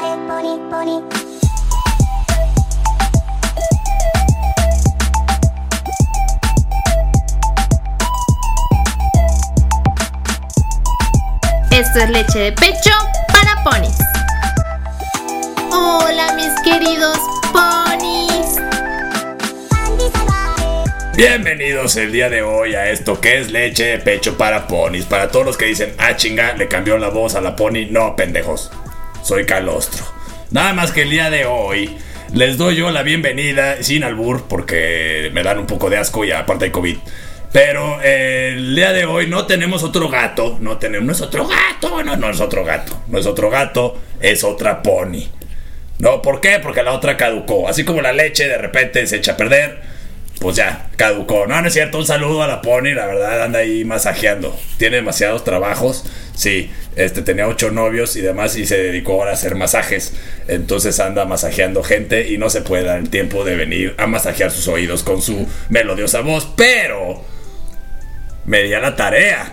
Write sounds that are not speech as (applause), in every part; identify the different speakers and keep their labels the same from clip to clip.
Speaker 1: pony, pony.
Speaker 2: Esto es leche de pecho para ponis. Hola mis queridos ponis.
Speaker 1: Andy se va.
Speaker 3: Bienvenidos el día de hoy a esto que es leche de pecho para ponis. Para todos los que dicen, ah, chinga, le cambió la voz a la pony. No, pendejos. Soy Calostro. Nada más que el día de hoy les doy yo la bienvenida sin albur porque me dan un poco de asco y aparte hay COVID. Pero eh, el día de hoy no tenemos otro gato. No tenemos, no es otro gato. No, no es otro gato. No es otro gato. Es otra pony. No, ¿por qué? Porque la otra caducó. Así como la leche de repente se echa a perder, pues ya, caducó. No, no es cierto. Un saludo a la Pony, la verdad anda ahí masajeando. Tiene demasiados trabajos. Sí, este tenía ocho novios y demás y se dedicó ahora a hacer masajes. Entonces anda masajeando gente y no se puede dar el tiempo de venir a masajear sus oídos con su melodiosa voz, pero me di a la tarea,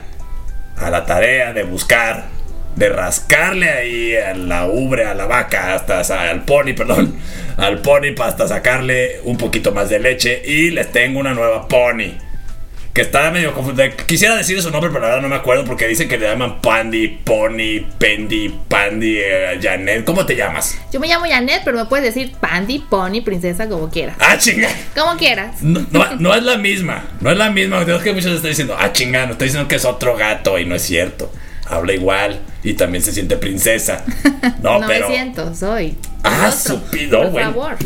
Speaker 3: a la tarea de buscar, de rascarle ahí a la ubre, a la vaca, hasta sa- al pony, (laughs) perdón, al pony para hasta sacarle un poquito más de leche y les tengo una nueva pony. Que está medio confundida. Quisiera decir su nombre, pero la verdad no me acuerdo porque dicen que le llaman Pandy, Pony, Pendy, Pandy, eh, Janet. ¿Cómo te llamas?
Speaker 2: Yo me llamo Janet, pero me puedes decir Pandy, Pony, Princesa, como quieras.
Speaker 3: ¡Ah, chinga!
Speaker 2: Como quieras.
Speaker 3: No, no- no es la misma, no es la misma. Creo que muchos están diciendo, ah, chinga, no estoy diciendo que es otro gato y no es cierto. Habla igual y también se
Speaker 2: (laughs)
Speaker 3: siente princesa. No,
Speaker 2: no
Speaker 3: pero.
Speaker 2: me siento, soy.
Speaker 3: Ah,
Speaker 2: otro.
Speaker 3: supido,
Speaker 2: Por
Speaker 3: bueno.
Speaker 2: favor.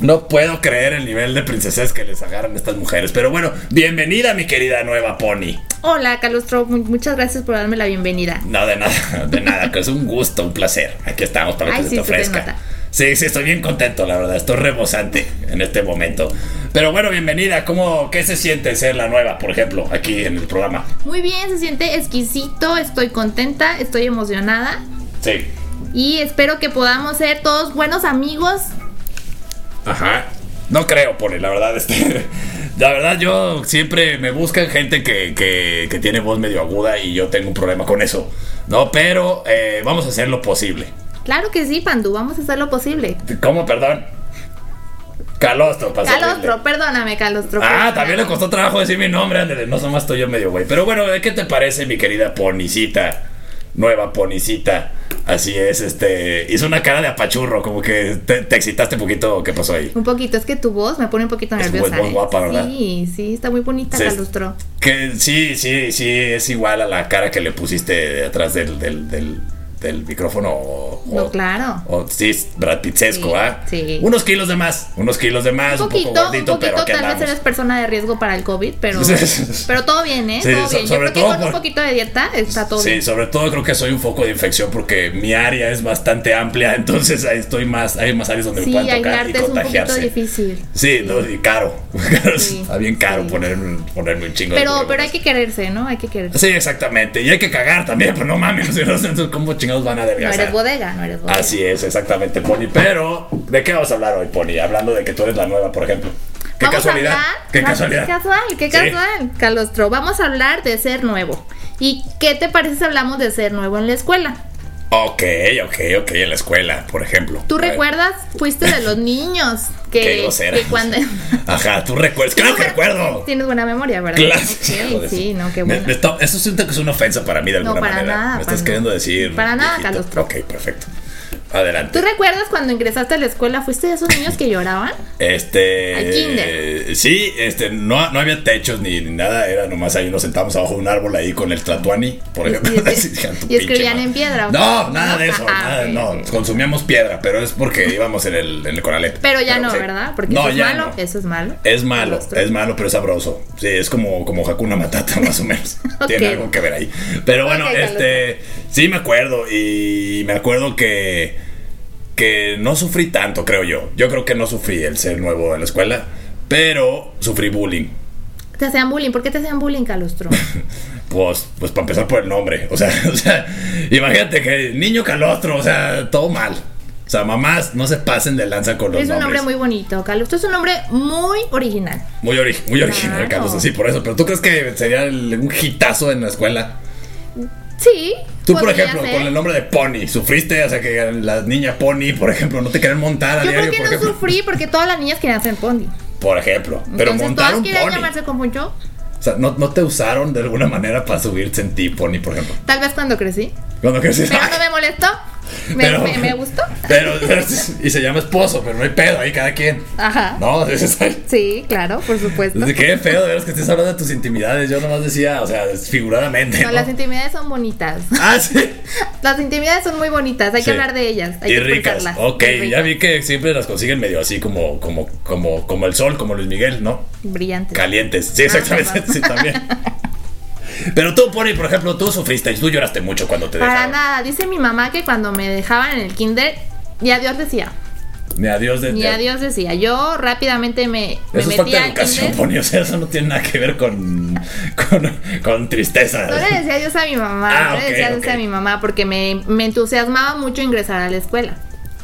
Speaker 3: No puedo creer el nivel de princesas que les agarran estas mujeres. Pero bueno, bienvenida, mi querida nueva pony.
Speaker 2: Hola, Calustro. mu- Muchas gracias por darme la bienvenida.
Speaker 3: No, de nada, (laughs) de nada, que es un gusto, un placer. Aquí estamos para que
Speaker 2: Ay,
Speaker 3: se
Speaker 2: sí,
Speaker 3: te
Speaker 2: se te
Speaker 3: ofrezca.
Speaker 2: nota.
Speaker 3: Sí, sí, estoy bien contento, la verdad, estoy rebosante en este momento. Pero bueno, bienvenida, ¿cómo, qué se siente ser la nueva, por ejemplo, aquí en el programa?
Speaker 2: Muy bien, se siente exquisito. Estoy contenta, estoy emocionada.
Speaker 3: Sí.
Speaker 2: Y espero que podamos ser todos buenos amigos.
Speaker 3: Ajá. No creo, Poli, la verdad, este. (laughs) La verdad, yo siempre me buscan gente que, que- que tiene voz medio aguda y yo tengo un problema con eso. No, pero eh, vamos a hacer lo posible.
Speaker 2: Claro que sí, Pandu, vamos a hacer lo posible.
Speaker 3: ¿Cómo, perdón? Calostro, pasó.
Speaker 2: Calostro, perdóname, Calostro.
Speaker 3: Ah,
Speaker 2: perdóname.
Speaker 3: también le costó trabajo decir mi nombre, ándale, no somos estoy yo medio güey. Pero bueno, ¿qué te parece, mi querida ponicita? Nueva ponicita. Así es, este. Hizo una cara de apachurro, como que te, te excitaste un poquito. ¿Qué pasó ahí?
Speaker 2: Un poquito, es que tu voz me pone un poquito
Speaker 3: Es muy-
Speaker 2: nerviosa.
Speaker 3: muy
Speaker 2: ¿eh?
Speaker 3: guapa, ¿verdad?
Speaker 2: Sí, sí, está muy bonita,
Speaker 3: Sí.
Speaker 2: Calostro.
Speaker 3: Que sí, sí, sí, es igual a la cara que le pusiste atrás del, del, del, del micrófono. O,
Speaker 2: No,
Speaker 3: o-
Speaker 2: claro.
Speaker 3: O sí, es Brad Pittesco,
Speaker 2: Sí,
Speaker 3: ¿ah?
Speaker 2: sí.
Speaker 3: Unos kilos de más, unos kilos de más,
Speaker 2: Un
Speaker 3: un,
Speaker 2: poquito,
Speaker 3: poco gordito,
Speaker 2: un poquito,
Speaker 3: pero que
Speaker 2: tal vez eres persona de riesgo para el COVID, pero,
Speaker 3: (laughs) Sí, sí, sí.
Speaker 2: pero todo bien, ¿eh?
Speaker 3: Sí,
Speaker 2: todo
Speaker 3: so-
Speaker 2: bien. Yo
Speaker 3: sobre
Speaker 2: creo que
Speaker 3: todo
Speaker 2: con un
Speaker 3: por-
Speaker 2: poquito de dieta está todo
Speaker 3: Sí,
Speaker 2: bien.
Speaker 3: sobre todo creo que soy un foco de infección porque mi área es bastante amplia, (laughs) entonces ahí estoy más, hay más áreas donde me
Speaker 2: Sí,
Speaker 3: pueden tocar y
Speaker 2: aislarte es un poquito
Speaker 3: contagiarse.
Speaker 2: difícil.
Speaker 3: Sí, no, y caro. (laughs)
Speaker 2: Sí,
Speaker 3: Está bien caro
Speaker 2: sí.
Speaker 3: ponerme, ponerme un chingo de
Speaker 2: Pero, pero
Speaker 3: cubrebocas.
Speaker 2: hay que quererse, ¿no? Hay que quererse.
Speaker 3: Sí, exactamente. Y hay que cagar también, pues no mames, (laughs) si no, entonces, ¿cómo chingados van a
Speaker 2: No
Speaker 3: adelgazar?
Speaker 2: eres bodega, no
Speaker 3: Ah,
Speaker 2: eres bodega.
Speaker 3: Así es, exactamente, Pony. Pero, ¿de qué vamos a hablar hoy, Pony? Hablando de que tú eres la nueva, por ejemplo. ¿Qué
Speaker 2: Vamos a
Speaker 3: casualidad?
Speaker 2: hablar-
Speaker 3: ¿Qué
Speaker 2: no,
Speaker 3: casualidad?
Speaker 2: Qué casual, qué
Speaker 3: Sí.
Speaker 2: casual, Calostro. Vamos a hablar de ser nuevo. ¿Y qué te parece si hablamos de ser nuevo en la escuela?
Speaker 3: Ok, ok, ok, en la escuela, por ejemplo.
Speaker 2: ¿Tú
Speaker 3: A ver,
Speaker 2: recuerdas? Fuiste de
Speaker 3: (laughs)
Speaker 2: los niños que,
Speaker 3: Qué grosera.
Speaker 2: que cuando...
Speaker 3: (laughs) Ajá, tú recuerdas. Claro que recuerdo.
Speaker 2: Tienes buena memoria, ¿verdad?
Speaker 3: Claro.
Speaker 2: Ok,
Speaker 3: Hijo de
Speaker 2: sí,
Speaker 3: su-
Speaker 2: no, qué
Speaker 3: Me-
Speaker 2: bueno.
Speaker 3: me está- eso siento que es una ofensa para mí de
Speaker 2: No,
Speaker 3: alguna
Speaker 2: para
Speaker 3: manera.
Speaker 2: nada,
Speaker 3: me estás
Speaker 2: para
Speaker 3: queriendo
Speaker 2: nada.
Speaker 3: decir.
Speaker 2: Para nada,
Speaker 3: viejito.
Speaker 2: Calostro.
Speaker 3: Ok, perfecto. Adelante.
Speaker 2: ¿Tú recuerdas cuando ingresaste a la escuela? ¿Fuiste de esos niños que lloraban?
Speaker 3: Este.
Speaker 2: Al kinder.
Speaker 3: Sí, este, no, no había techos ni, ni nada, era nomás ahí nos sentábamos abajo de un árbol ahí con el Tlatuani, por ejemplo.
Speaker 2: y-
Speaker 3: (laughs) Así, hija, tu
Speaker 2: y
Speaker 3: pinche
Speaker 2: escribían
Speaker 3: madre.
Speaker 2: en piedra, ¿o
Speaker 3: No,
Speaker 2: qué?
Speaker 3: nada de eso,
Speaker 2: Ah,
Speaker 3: nada,
Speaker 2: ok.
Speaker 3: no, consumíamos piedra, pero es porque íbamos en el, en el Conalep.
Speaker 2: Pero ya no,
Speaker 3: sí.
Speaker 2: ¿verdad? Porque eso es
Speaker 3: ya
Speaker 2: malo,
Speaker 3: no.
Speaker 2: eso es malo.
Speaker 3: Es malo,
Speaker 2: Calostro.
Speaker 3: es malo, pero es sabroso. Sí, es como, como Hakuna Matata, (laughs) más
Speaker 2: (laughs)
Speaker 3: o menos. Tiene
Speaker 2: Ok.
Speaker 3: algo que ver ahí. Pero bueno,
Speaker 2: Ok,
Speaker 3: este. Sí, me acuerdo. Y me acuerdo que. Que no sufrí tanto, creo yo. Yo creo que no sufrí el ser nuevo en la escuela. Pero sufrí bullying.
Speaker 2: Te hacían bullying. ¿Por qué te hacían bullying,
Speaker 3: (laughs)
Speaker 2: Calostro?
Speaker 3: Pues, pues para empezar por el nombre. O sea, (laughs) o sea, imagínate que niño calostro, o sea, todo mal. O sea, mamás, no se pasen de lanza con los
Speaker 2: es un nombre
Speaker 3: nombres.
Speaker 2: muy bonito, Calostro. Es un nombre muy original.
Speaker 3: Muy, ori- muy original,
Speaker 2: Claro.
Speaker 3: Carlos, así por eso. Pero tú crees que sería el- un hitazo en la escuela.
Speaker 2: Sí.
Speaker 3: Tú, por
Speaker 2: podría
Speaker 3: ejemplo,
Speaker 2: ser.
Speaker 3: con el nombre de Pony, ¿sufriste hasta que las niñas Pony, por ejemplo, no te querían montar a
Speaker 2: Yo
Speaker 3: diario?
Speaker 2: creo que
Speaker 3: por,
Speaker 2: no
Speaker 3: ejemplo?
Speaker 2: sufrí porque todas las niñas querían ser pony.
Speaker 3: por ejemplo. Pero
Speaker 2: Entonces
Speaker 3: montar
Speaker 2: todas
Speaker 3: un
Speaker 2: querían
Speaker 3: Pony.
Speaker 2: llamarse como yo.
Speaker 3: O sea, ¿no, ¿no te usaron de alguna manera para subirse en ti, Pony, por ejemplo?
Speaker 2: Tal vez cuando crecí.
Speaker 3: Cuando creces,
Speaker 2: Pero
Speaker 3: ¡ay! (laughs)
Speaker 2: no me molestó. Me,
Speaker 3: Pero-
Speaker 2: me- me
Speaker 3: (laughs)
Speaker 2: gustó.
Speaker 3: Pero, pero- y se llama esposo, pero no hay pedo ahí cada quien.
Speaker 2: Ajá.
Speaker 3: No, (laughs) es, es, ay,
Speaker 2: Sí, claro, por supuesto.
Speaker 3: es- qué feo de veras que estés hablando de tus intimidades. Yo nomás decía, o sea, figuradamente.
Speaker 2: No,
Speaker 3: ¿no?
Speaker 2: las intimidades son bonitas. (laughs)
Speaker 3: Ah, sí.
Speaker 2: Las intimidades son muy bonitas, hay
Speaker 3: Sí.
Speaker 2: que hablar de ellas. Hay
Speaker 3: y
Speaker 2: que
Speaker 3: ricas.
Speaker 2: explicarlas.
Speaker 3: Ok,
Speaker 2: Y ricas,
Speaker 3: ya vi que siempre las consiguen medio así como, como, como, como el sol, como Luis Miguel, ¿no?
Speaker 2: Brillantes.
Speaker 3: Calientes. Sí, exactamente.
Speaker 2: perdón.
Speaker 3: sí, también. Pero tú, Pony, por ejemplo, tú sufriste, tú lloraste mucho cuando te
Speaker 2: Para
Speaker 3: dejaron.
Speaker 2: nada, dice mi mamá que cuando me dejaban en el kinder, ni adiós decía.
Speaker 3: Ni adiós de
Speaker 2: Ni adiós decía. Yo rápidamente me, me
Speaker 3: Eso es falta
Speaker 2: metí
Speaker 3: de
Speaker 2: al
Speaker 3: educación,
Speaker 2: kinder.
Speaker 3: Pony. O sea, eso no tiene nada que ver con, con, con tristeza.
Speaker 2: No le decía adiós a mi mamá,
Speaker 3: Ah,
Speaker 2: no le
Speaker 3: ok,
Speaker 2: decía adiós
Speaker 3: ok.
Speaker 2: a mi mamá porque me, me entusiasmaba mucho ingresar a la escuela.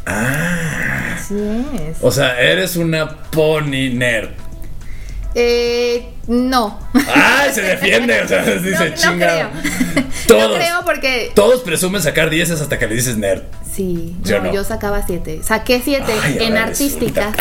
Speaker 3: Ah,
Speaker 2: Así es.
Speaker 3: o sea, eres una pony nerd.
Speaker 2: Eh, no.
Speaker 3: ¡Ay, se defiende! O sea, dice
Speaker 2: (laughs) No, no
Speaker 3: chinga. (laughs)
Speaker 2: creo.
Speaker 3: Todos,
Speaker 2: No creo porque
Speaker 3: todos presumen sacar dieces hasta que le dices nerd.
Speaker 2: Sí,
Speaker 3: Yo
Speaker 2: no,
Speaker 3: no.
Speaker 2: yo sacaba siete. Saqué siete
Speaker 3: Ay,
Speaker 2: en
Speaker 3: ahora
Speaker 2: artísticas.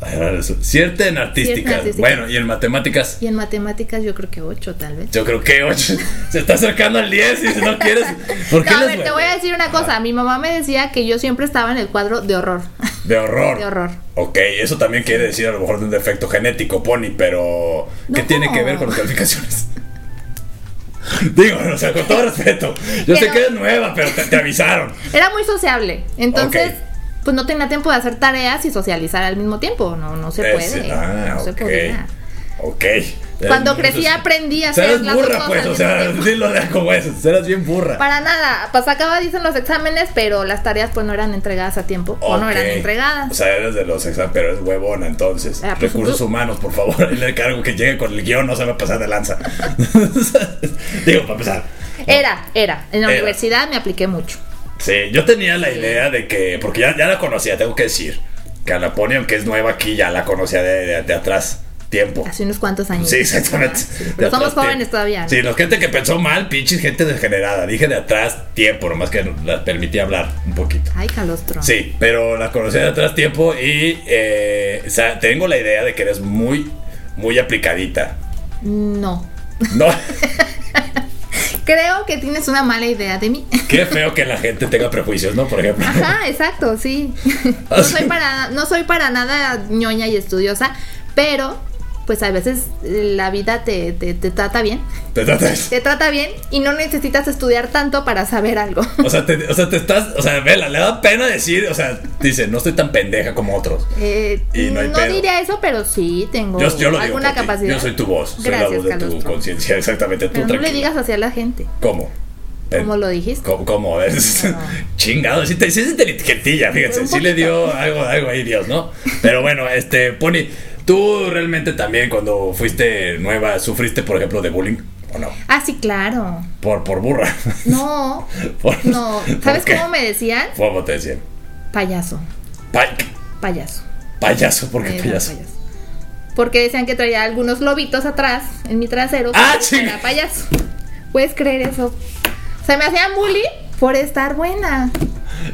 Speaker 3: Ahora resulta- Cierta en artísticas.
Speaker 2: artísticas.
Speaker 3: Bueno, y en matemáticas.
Speaker 2: Y en matemáticas yo creo que ocho, tal vez.
Speaker 3: Yo creo que ocho. (laughs) Se está acercando al 10 y si no quieres. ¿Por qué
Speaker 2: No, a
Speaker 3: les
Speaker 2: ver, te
Speaker 3: duele?
Speaker 2: voy a decir una cosa. Mi mamá me decía que yo siempre estaba en el cuadro de horror.
Speaker 3: De horror.
Speaker 2: De horror.
Speaker 3: Ok, eso también quiere decir a lo mejor de un defecto genético, Pony, pero ¿qué
Speaker 2: No.
Speaker 3: tiene que ver con las calificaciones? (laughs) Digo, o sea, con todo respeto. Yo sé
Speaker 2: Pero-
Speaker 3: que eres nueva, pero te, te avisaron.
Speaker 2: Era muy sociable. Entonces,
Speaker 3: Ok.
Speaker 2: pues no tenía tiempo de hacer tareas y socializar al mismo tiempo. No, no se puede.
Speaker 3: Ese- ah,
Speaker 2: no se
Speaker 3: ok.
Speaker 2: podía.
Speaker 3: Ok.
Speaker 2: Cuando
Speaker 3: Eres-
Speaker 2: crecí aprendí a
Speaker 3: O sea,
Speaker 2: hacer
Speaker 3: eres
Speaker 2: las dos
Speaker 3: burra,
Speaker 2: cosas
Speaker 3: pues,
Speaker 2: al
Speaker 3: o (laughs) sea,
Speaker 2: mismo tiempo.
Speaker 3: dilo de como es. Eras bien burra.
Speaker 2: Para nada, pues acaba dicen los exámenes, pero las tareas pues no eran entregadas a tiempo o no
Speaker 3: Ok.
Speaker 2: eran entregadas.
Speaker 3: O sea, eres de los exámenes, pero eres huevona entonces.
Speaker 2: Ah, pues,
Speaker 3: Recursos
Speaker 2: tú-
Speaker 3: humanos, por favor, (laughs) ahí le encargo que llegue con el guión, no se va a pasar de lanza. (laughs) Digo, para empezar.
Speaker 2: Era, era. En la
Speaker 3: Era.
Speaker 2: universidad me apliqué mucho.
Speaker 3: Sí, yo tenía la idea de que, porque ya, ya la conocía, tengo que decir, que a la Pony, aunque es nueva aquí, ya la conocía de, de- de atrás tiempo.
Speaker 2: Hace unos cuantos años.
Speaker 3: Sí, exactamente.
Speaker 2: Sí,
Speaker 3: De
Speaker 2: (laughs) pero somos
Speaker 3: atrás tiempo.
Speaker 2: jóvenes todavía. ¿no?
Speaker 3: Sí, la gente que pensó mal, pinches gente degenerada. Dije de atrás tiempo, nomás que la permití hablar un poquito.
Speaker 2: Ay, calostro.
Speaker 3: Sí, pero la conocí de atrás tiempo y eh, o sea, tengo la idea de que eres muy, muy aplicadita.
Speaker 2: No.
Speaker 3: No, (laughs)
Speaker 2: Creo que tienes una mala idea de mí. (laughs)
Speaker 3: qué feo que la gente tenga prejuicios, ¿no? Por ejemplo.
Speaker 2: Ajá, exacto,
Speaker 3: (laughs)
Speaker 2: sí. No soy para, no soy para nada ñoña y estudiosa, pero pues a veces la vida te, te- te trata bien.
Speaker 3: Te tratas-
Speaker 2: Te trata bien y no necesitas estudiar tanto para saber
Speaker 3: (laughs)
Speaker 2: algo.
Speaker 3: O sea, te, o sea, te estás, o sea, vela, le da pena decir, o sea, dice, no estoy tan pendeja como otros.
Speaker 2: Eh,
Speaker 3: Y no
Speaker 2: no
Speaker 3: hay pedo.
Speaker 2: diría eso, pero sí tengo
Speaker 3: Yo, yo lo digo.
Speaker 2: Oh, alguna
Speaker 3: por ti.
Speaker 2: capacidad.
Speaker 3: Yo soy tu voz, soy la
Speaker 2: Gracias,
Speaker 3: voz de tu
Speaker 2: Calostro.
Speaker 3: conciencia, exactamente. Tú
Speaker 2: Pero no
Speaker 3: tranquila. Eh,
Speaker 2: le digas así a la gente.
Speaker 3: ¿Cómo?
Speaker 2: ¿Cómo lo dijiste?
Speaker 3: ¿Cómo? cómo? (laughs) Es-
Speaker 2: No.
Speaker 3: Chingado, sí, te- sí es inteligentilla,
Speaker 2: Pero
Speaker 3: fíjense,
Speaker 2: un
Speaker 3: sí le
Speaker 2: poquito.
Speaker 3: dio algo, algo ahí Dios, ¿no? Pero bueno, este, Pony, tú realmente también cuando fuiste nueva, ¿sufriste, por ejemplo, de bullying? ¿O no?
Speaker 2: Ah, sí, claro.
Speaker 3: Por, por burra. (laughs)
Speaker 2: No,
Speaker 3: Por-
Speaker 2: no.
Speaker 3: (laughs) ¿por
Speaker 2: ¿Sabes
Speaker 3: qué?
Speaker 2: cómo me decían?
Speaker 3: ¿Cómo te decían?
Speaker 2: Payaso,
Speaker 3: Pa-
Speaker 2: payaso.
Speaker 3: payaso, ¿por qué
Speaker 2: Era
Speaker 3: payaso?
Speaker 2: Porque decían que traía algunos lobitos atrás, en mi trasero.
Speaker 3: ¡Ah,
Speaker 2: que Era
Speaker 3: chinga!
Speaker 2: payaso. ¿Puedes creer eso? O sea, me hacían bully por estar buena.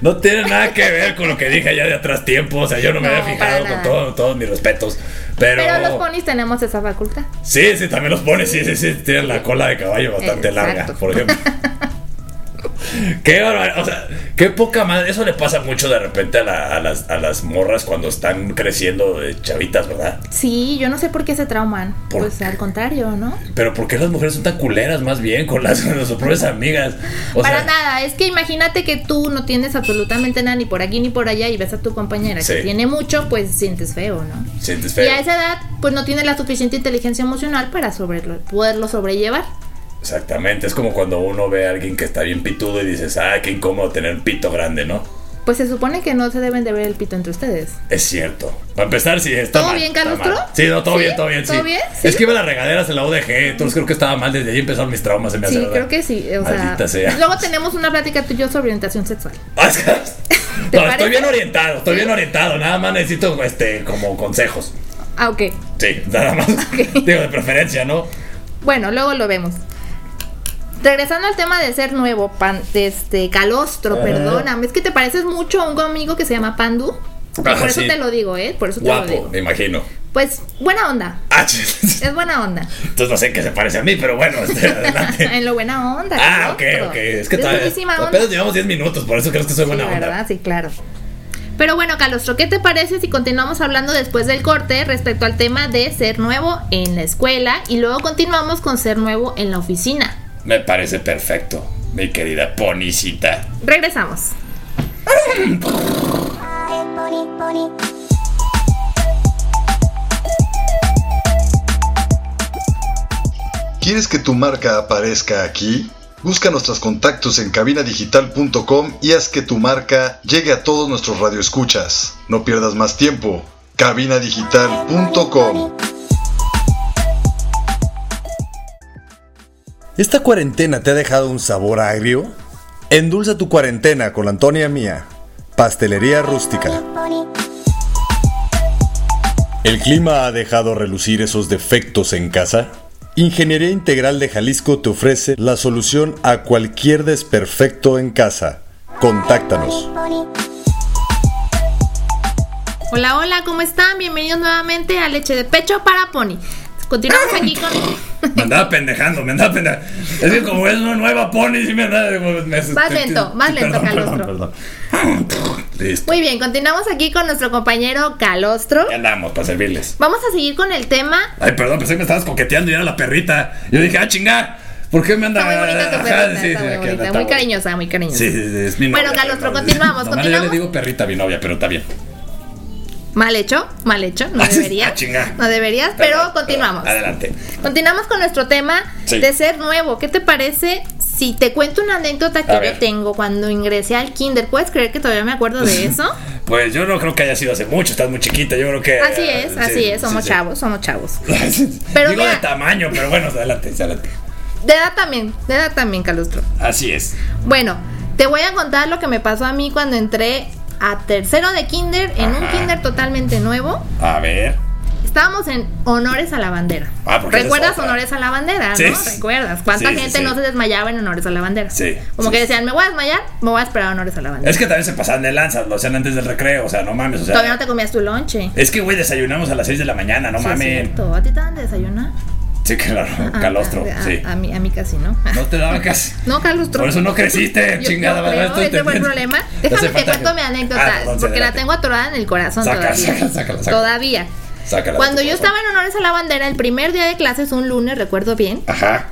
Speaker 3: No tiene nada que ver con lo que dije allá de atrás tiempo, o sea, yo no me
Speaker 2: No,
Speaker 3: había
Speaker 2: para
Speaker 3: fijado con
Speaker 2: nada.
Speaker 3: todo- todos mis respetos. Pero,
Speaker 2: Pero, los ponis tenemos esa facultad.
Speaker 3: sí, sí, también los pones, sí, sí, sí, tienen la cola de caballo bastante
Speaker 2: Exacto.
Speaker 3: larga,
Speaker 2: (laughs)
Speaker 3: por ejemplo. Qué barbaridad, o sea, qué poca madre. Eso le pasa mucho de repente a, la- a las, a las morras cuando están creciendo de chavitas, ¿verdad?
Speaker 2: Sí, yo no sé por qué se trauman.
Speaker 3: ¿Por
Speaker 2: Pues
Speaker 3: qué?
Speaker 2: al contrario, ¿no?
Speaker 3: Pero ¿por qué las mujeres son tan culeras más bien con las con sus propias amigas? O
Speaker 2: Para
Speaker 3: sea,
Speaker 2: nada, es que imagínate que tú no tienes absolutamente nada ni por aquí ni por allá y ves a tu compañera
Speaker 3: Sí.
Speaker 2: que tiene mucho, pues sientes feo, ¿no?
Speaker 3: sientes
Speaker 2: Y
Speaker 3: feo.
Speaker 2: a esa edad, pues no tiene la suficiente inteligencia emocional para sobre- poderlo sobrellevar.
Speaker 3: Exactamente, es como cuando uno ve a alguien que está bien pitudo y dices, ah, qué incómodo tener pito grande, ¿no?
Speaker 2: Pues se supone que no se deben de ver el pito entre ustedes.
Speaker 3: Es cierto. Para empezar, sí, está
Speaker 2: ¿Todo
Speaker 3: mal,
Speaker 2: bien,
Speaker 3: está
Speaker 2: Calostro?
Speaker 3: mal. Sí, no, todo
Speaker 2: ¿Sí?
Speaker 3: bien, todo bien, sí.
Speaker 2: ¿Todo bien? ¿Sí?
Speaker 3: Es que iba a las regaderas en la UDG, entonces creo que estaba mal, desde ahí empezaron mis traumas, se me hace,
Speaker 2: Sí,
Speaker 3: ¿verdad?
Speaker 2: creo que sí. O sea, pues
Speaker 3: Maldita sea. (laughs)
Speaker 2: luego tenemos una plática tú y yo sobre orientación sexual.
Speaker 3: Ah, es que-
Speaker 2: ¿Te
Speaker 3: No, estoy
Speaker 2: parece?
Speaker 3: bien orientado, estoy bien orientado, nada más necesito este como consejos.
Speaker 2: Ah, ok. (laughs)
Speaker 3: Sí, nada más. Digo, de preferencia, ¿no?
Speaker 2: Bueno, luego lo vemos. Regresando al tema de ser nuevo, pan, este, calostro, perdóname. Es que te pareces mucho a un amigo que se llama Pandu. Y
Speaker 3: Ah,
Speaker 2: por eso
Speaker 3: sí.
Speaker 2: te lo digo, ¿eh? Por eso te lo
Speaker 3: Guapo,
Speaker 2: digo.
Speaker 3: me imagino.
Speaker 2: Pues buena onda.
Speaker 3: Ah, (laughs) ch-
Speaker 2: Es buena onda.
Speaker 3: entonces no sé en qué se parece a mí, pero bueno, este, adelante.
Speaker 2: (laughs) en lo buena onda.
Speaker 3: Ah, ok,
Speaker 2: calostro.
Speaker 3: ok. Es que
Speaker 2: Eres
Speaker 3: todavía-
Speaker 2: buenísima onda.
Speaker 3: apenas llevamos 10 minutos, por eso crees que soy buena
Speaker 2: Sí,
Speaker 3: onda.
Speaker 2: ¿verdad? Sí, claro. Pero bueno, Calostro, ¿qué te parece si continuamos hablando después del corte respecto al tema de ser nuevo en la escuela y luego continuamos con ser nuevo en la oficina?
Speaker 3: Me parece perfecto, mi querida ponicita.
Speaker 2: Regresamos.
Speaker 1: pony pony
Speaker 4: ¿Quieres que tu marca aparezca aquí? Busca nuestros contactos en cabinadigital.com y haz que tu marca llegue a todos nuestros radioescuchas. No pierdas más tiempo. cabinadigital.com
Speaker 5: ¿Esta cuarentena te ha dejado un sabor agrio? Endulza tu cuarentena con la Antonia Mía, Pastelería Rústica.
Speaker 1: pony
Speaker 5: ¿El clima ha dejado relucir esos defectos en casa? Ingeniería Integral de Jalisco te ofrece la solución a cualquier desperfecto en casa. Contáctanos.
Speaker 1: pony
Speaker 2: Hola, hola, ¿cómo están? Bienvenidos nuevamente a Leche de Pecho para Pony. Continuamos aquí (laughs) con...
Speaker 3: Me andaba pendejando, me andaba pendejando. Es que como es una nueva pony, sí me andaba. Me,
Speaker 2: Más lento, más lento, Calostro.
Speaker 3: Perdón, perdón, perdón. (laughs) Listo.
Speaker 2: Muy bien, continuamos aquí con nuestro compañero Calostro.
Speaker 3: Ya andamos para servirles.
Speaker 2: Vamos a seguir con el tema...
Speaker 3: Ay, perdón, pensé que me estabas coqueteando y era la perrita. Yo dije, ah, chinga, ¿por qué me anda?
Speaker 2: Está muy bonita tu
Speaker 3: Ajá,
Speaker 2: perrita,
Speaker 3: Ah, sí,
Speaker 2: está muy
Speaker 3: sí, aquí anda,
Speaker 2: bonita,
Speaker 3: está
Speaker 2: muy
Speaker 3: bonita.
Speaker 2: cariñosa, muy cariñosa.
Speaker 3: Sí, sí, sí, es mi
Speaker 2: Bueno,
Speaker 3: novia,
Speaker 2: Calostro,
Speaker 3: pero-
Speaker 2: continuamos,
Speaker 3: Nomás Yo le
Speaker 2: continuamos.
Speaker 3: digo perrita a mi novia, pero está bien.
Speaker 2: Mal hecho, mal hecho, no
Speaker 3: (laughs) Ah, sí,
Speaker 2: deberías.
Speaker 3: ah, chinga.
Speaker 2: No deberías, pero continuamos.
Speaker 3: Adelante.
Speaker 2: Continuamos con nuestro tema
Speaker 3: Sí.
Speaker 2: de ser nuevo. ¿Qué te parece si te cuento una anécdota que
Speaker 3: A
Speaker 2: yo
Speaker 3: ver.
Speaker 2: tengo cuando ingresé al kinder? ¿Puedes creer que todavía me acuerdo
Speaker 3: (laughs)
Speaker 2: de eso?
Speaker 3: Pues yo no creo que haya sido hace mucho, estás muy chiquita, yo creo que...
Speaker 2: así es,
Speaker 3: Eh, sí,
Speaker 2: así es,
Speaker 3: sí,
Speaker 2: somos
Speaker 3: sí.
Speaker 2: chavos, somos chavos.
Speaker 3: (laughs)
Speaker 2: Pero
Speaker 3: Pero Digo de
Speaker 2: mira-
Speaker 3: tamaño, pero bueno, adelante, adelante.
Speaker 2: De edad también, de edad también, Calostro.
Speaker 3: Así es.
Speaker 2: Bueno, te voy a contar lo que me pasó a mí cuando entré a tercero de kinder, en un
Speaker 3: Ajá.
Speaker 2: kinder totalmente nuevo.
Speaker 3: A ver.
Speaker 2: Estábamos en honores a la bandera.
Speaker 3: Ah, porque esa es
Speaker 2: ¿Recuerdas
Speaker 3: otra.
Speaker 2: honores a la bandera?
Speaker 3: Sí,
Speaker 2: ¿No?
Speaker 3: sí.
Speaker 2: ¿Recuerdas? ¿Cuánta
Speaker 3: Sí, sí,
Speaker 2: gente
Speaker 3: sí.
Speaker 2: no se desmayaba en honores a la bandera?
Speaker 3: Sí,
Speaker 2: Como
Speaker 3: sí,
Speaker 2: que
Speaker 3: sí.
Speaker 2: decían, me voy a desmayar, me voy a esperar a honores a la bandera.
Speaker 3: Es que también se pasaban de lanzas, lo hacían antes del recreo, o sea, no mames, o sea...
Speaker 2: Todavía no te comías tu lonche.
Speaker 3: Es que, güey, desayunamos a las 6 de la mañana, no
Speaker 2: Sí, es
Speaker 3: mames.
Speaker 2: cierto. ¿A ti te dan de desayunar?
Speaker 3: Sí, claro,
Speaker 2: Ah,
Speaker 3: calostro,
Speaker 2: a, a-
Speaker 3: sí.
Speaker 2: A, mí, a mí casi, ¿no?
Speaker 3: No te daba casi.
Speaker 2: No, Calostro.
Speaker 3: Por eso no creciste,
Speaker 2: Yo-
Speaker 3: chingada.
Speaker 2: yo creo,
Speaker 3: ¿verdad? Estoy
Speaker 2: ese fue el
Speaker 3: entendiendo.
Speaker 2: problema.
Speaker 3: Te
Speaker 2: Déjame
Speaker 3: hace
Speaker 2: te
Speaker 3: falta
Speaker 2: cuento
Speaker 3: que-
Speaker 2: mi anécdota,
Speaker 3: Ah, perdón,
Speaker 2: porque la
Speaker 3: adelante.
Speaker 2: tengo atorada en el corazón
Speaker 3: Saca,
Speaker 2: todavía.
Speaker 3: saca, sácala, sácala.
Speaker 2: Todavía.
Speaker 3: Sácala de
Speaker 2: Cuando
Speaker 3: tu
Speaker 2: yo
Speaker 3: corazón.
Speaker 2: estaba en honores a la bandera, el primer día de clases, un lunes, recuerdo bien,
Speaker 3: Ajá.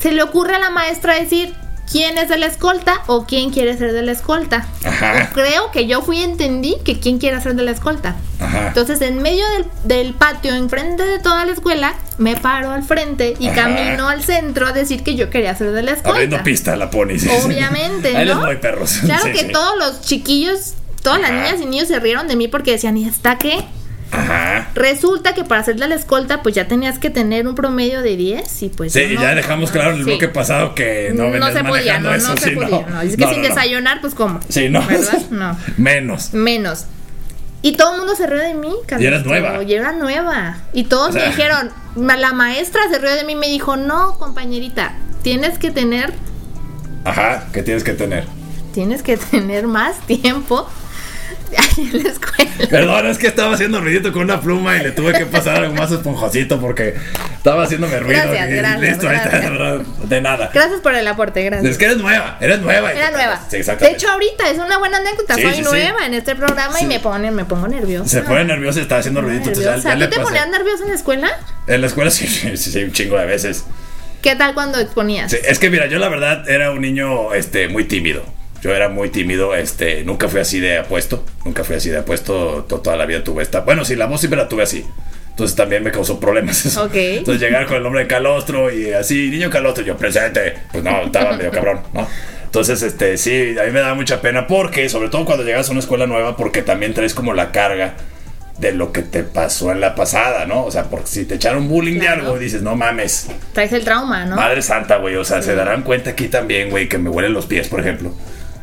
Speaker 2: se le ocurre a la maestra decir quién es de la escolta o quién quiere ser de la escolta.
Speaker 3: Ajá.
Speaker 2: Creo que yo fui y entendí que quién quiere ser de la escolta.
Speaker 3: Ajá.
Speaker 2: Entonces, en medio del, del patio, enfrente de toda la escuela, me paro al frente y
Speaker 3: Ajá.
Speaker 2: camino al centro a decir que yo quería ser de la escolta.
Speaker 3: Abriendo pista la pony. sí, sí.
Speaker 2: Obviamente,
Speaker 3: (laughs) Ahí
Speaker 2: ¿no?
Speaker 3: les voy, perros.
Speaker 2: Claro
Speaker 3: Sí,
Speaker 2: que
Speaker 3: sí.
Speaker 2: todos los chiquillos, todas las
Speaker 3: Ajá.
Speaker 2: niñas y niños se rieron de mí porque decían, ¿y hasta qué?
Speaker 3: Ajá.
Speaker 2: Resulta que para ser de la escolta, pues ya tenías que tener un promedio de 10 y pues...
Speaker 3: Sí,
Speaker 2: yo
Speaker 3: y
Speaker 2: no,
Speaker 3: ya dejamos
Speaker 2: no,
Speaker 3: claro en el
Speaker 2: sí.
Speaker 3: bloque pasado que no
Speaker 2: No,
Speaker 3: venías
Speaker 2: se podía,
Speaker 3: manejando
Speaker 2: no,
Speaker 3: eso,
Speaker 2: no se
Speaker 3: sí,
Speaker 2: podía.
Speaker 3: no.
Speaker 2: no. Es que
Speaker 3: No,
Speaker 2: sin
Speaker 3: no, no.
Speaker 2: desayunar, pues ¿cómo?
Speaker 3: Sí, no.
Speaker 2: ¿Verdad?
Speaker 3: (laughs)
Speaker 2: No.
Speaker 3: Menos.
Speaker 2: Menos. Y todo el mundo se rió de mí, Carlos.
Speaker 3: Y eras nueva.
Speaker 2: Y era nueva. Y todos
Speaker 3: O sea-
Speaker 2: me dijeron, ma- la maestra se rió de mí y me dijo, no, compañerita, tienes que tener,
Speaker 3: Ajá, que tienes que tener.
Speaker 2: tienes que (laughs) tener más tiempo (laughs) ahí en la escuela.
Speaker 3: Perdón, es que estaba haciendo ruidito con una pluma y le tuve que pasar algo más esponjosito porque estaba haciéndome ruido.
Speaker 2: Gracias,
Speaker 3: y
Speaker 2: gracias,
Speaker 3: Listo, ahí está,
Speaker 2: gracias.
Speaker 3: de verdad, de nada.
Speaker 2: Gracias por el aporte, gracias.
Speaker 3: Es que eres nueva, eres nueva.
Speaker 2: Era nueva.
Speaker 3: Sí,
Speaker 2: de
Speaker 3: exactamente.
Speaker 2: hecho, ahorita es una buena anécdota.
Speaker 3: Sí,
Speaker 2: Soy
Speaker 3: sí, sí.
Speaker 2: nueva en este programa
Speaker 3: Sí.
Speaker 2: y me, ponen, me pongo nerviosa.
Speaker 3: se pone nerviosa y está haciendo ruidito. entonces ya-
Speaker 2: nerviosa.
Speaker 3: ya
Speaker 2: ¿Tú
Speaker 3: le
Speaker 2: te
Speaker 3: pasé.
Speaker 2: ponías nerviosa en la escuela?
Speaker 3: En la escuela sí, (laughs) sí, sí, un chingo de veces.
Speaker 2: ¿Qué tal cuando exponías?
Speaker 3: Sí, es que mira, yo la verdad era un niño este, muy tímido. Yo era muy tímido, este, nunca fui así de apuesto, nunca fui así de apuesto, to- toda la vida tuve esta. Bueno, sí, la voz siempre la tuve así. Entonces también me causó problemas eso.
Speaker 2: Ok.
Speaker 3: Entonces llegar con el nombre de Calostro y así, niño Calostro, yo presente. Pues no, estaba medio cabrón, ¿no? Entonces, este, sí, a mí me daba mucha pena porque, sobre todo cuando llegas a una escuela nueva, porque también traes como la carga de lo que te pasó en la pasada, ¿no? O sea, porque si te echaron bullying de
Speaker 2: Claro.
Speaker 3: algo, dices, no mames,
Speaker 2: Traes el trauma, ¿no?
Speaker 3: Madre santa, güey. O sea, se darán cuenta aquí también, güey, que me huelen los pies, por ejemplo.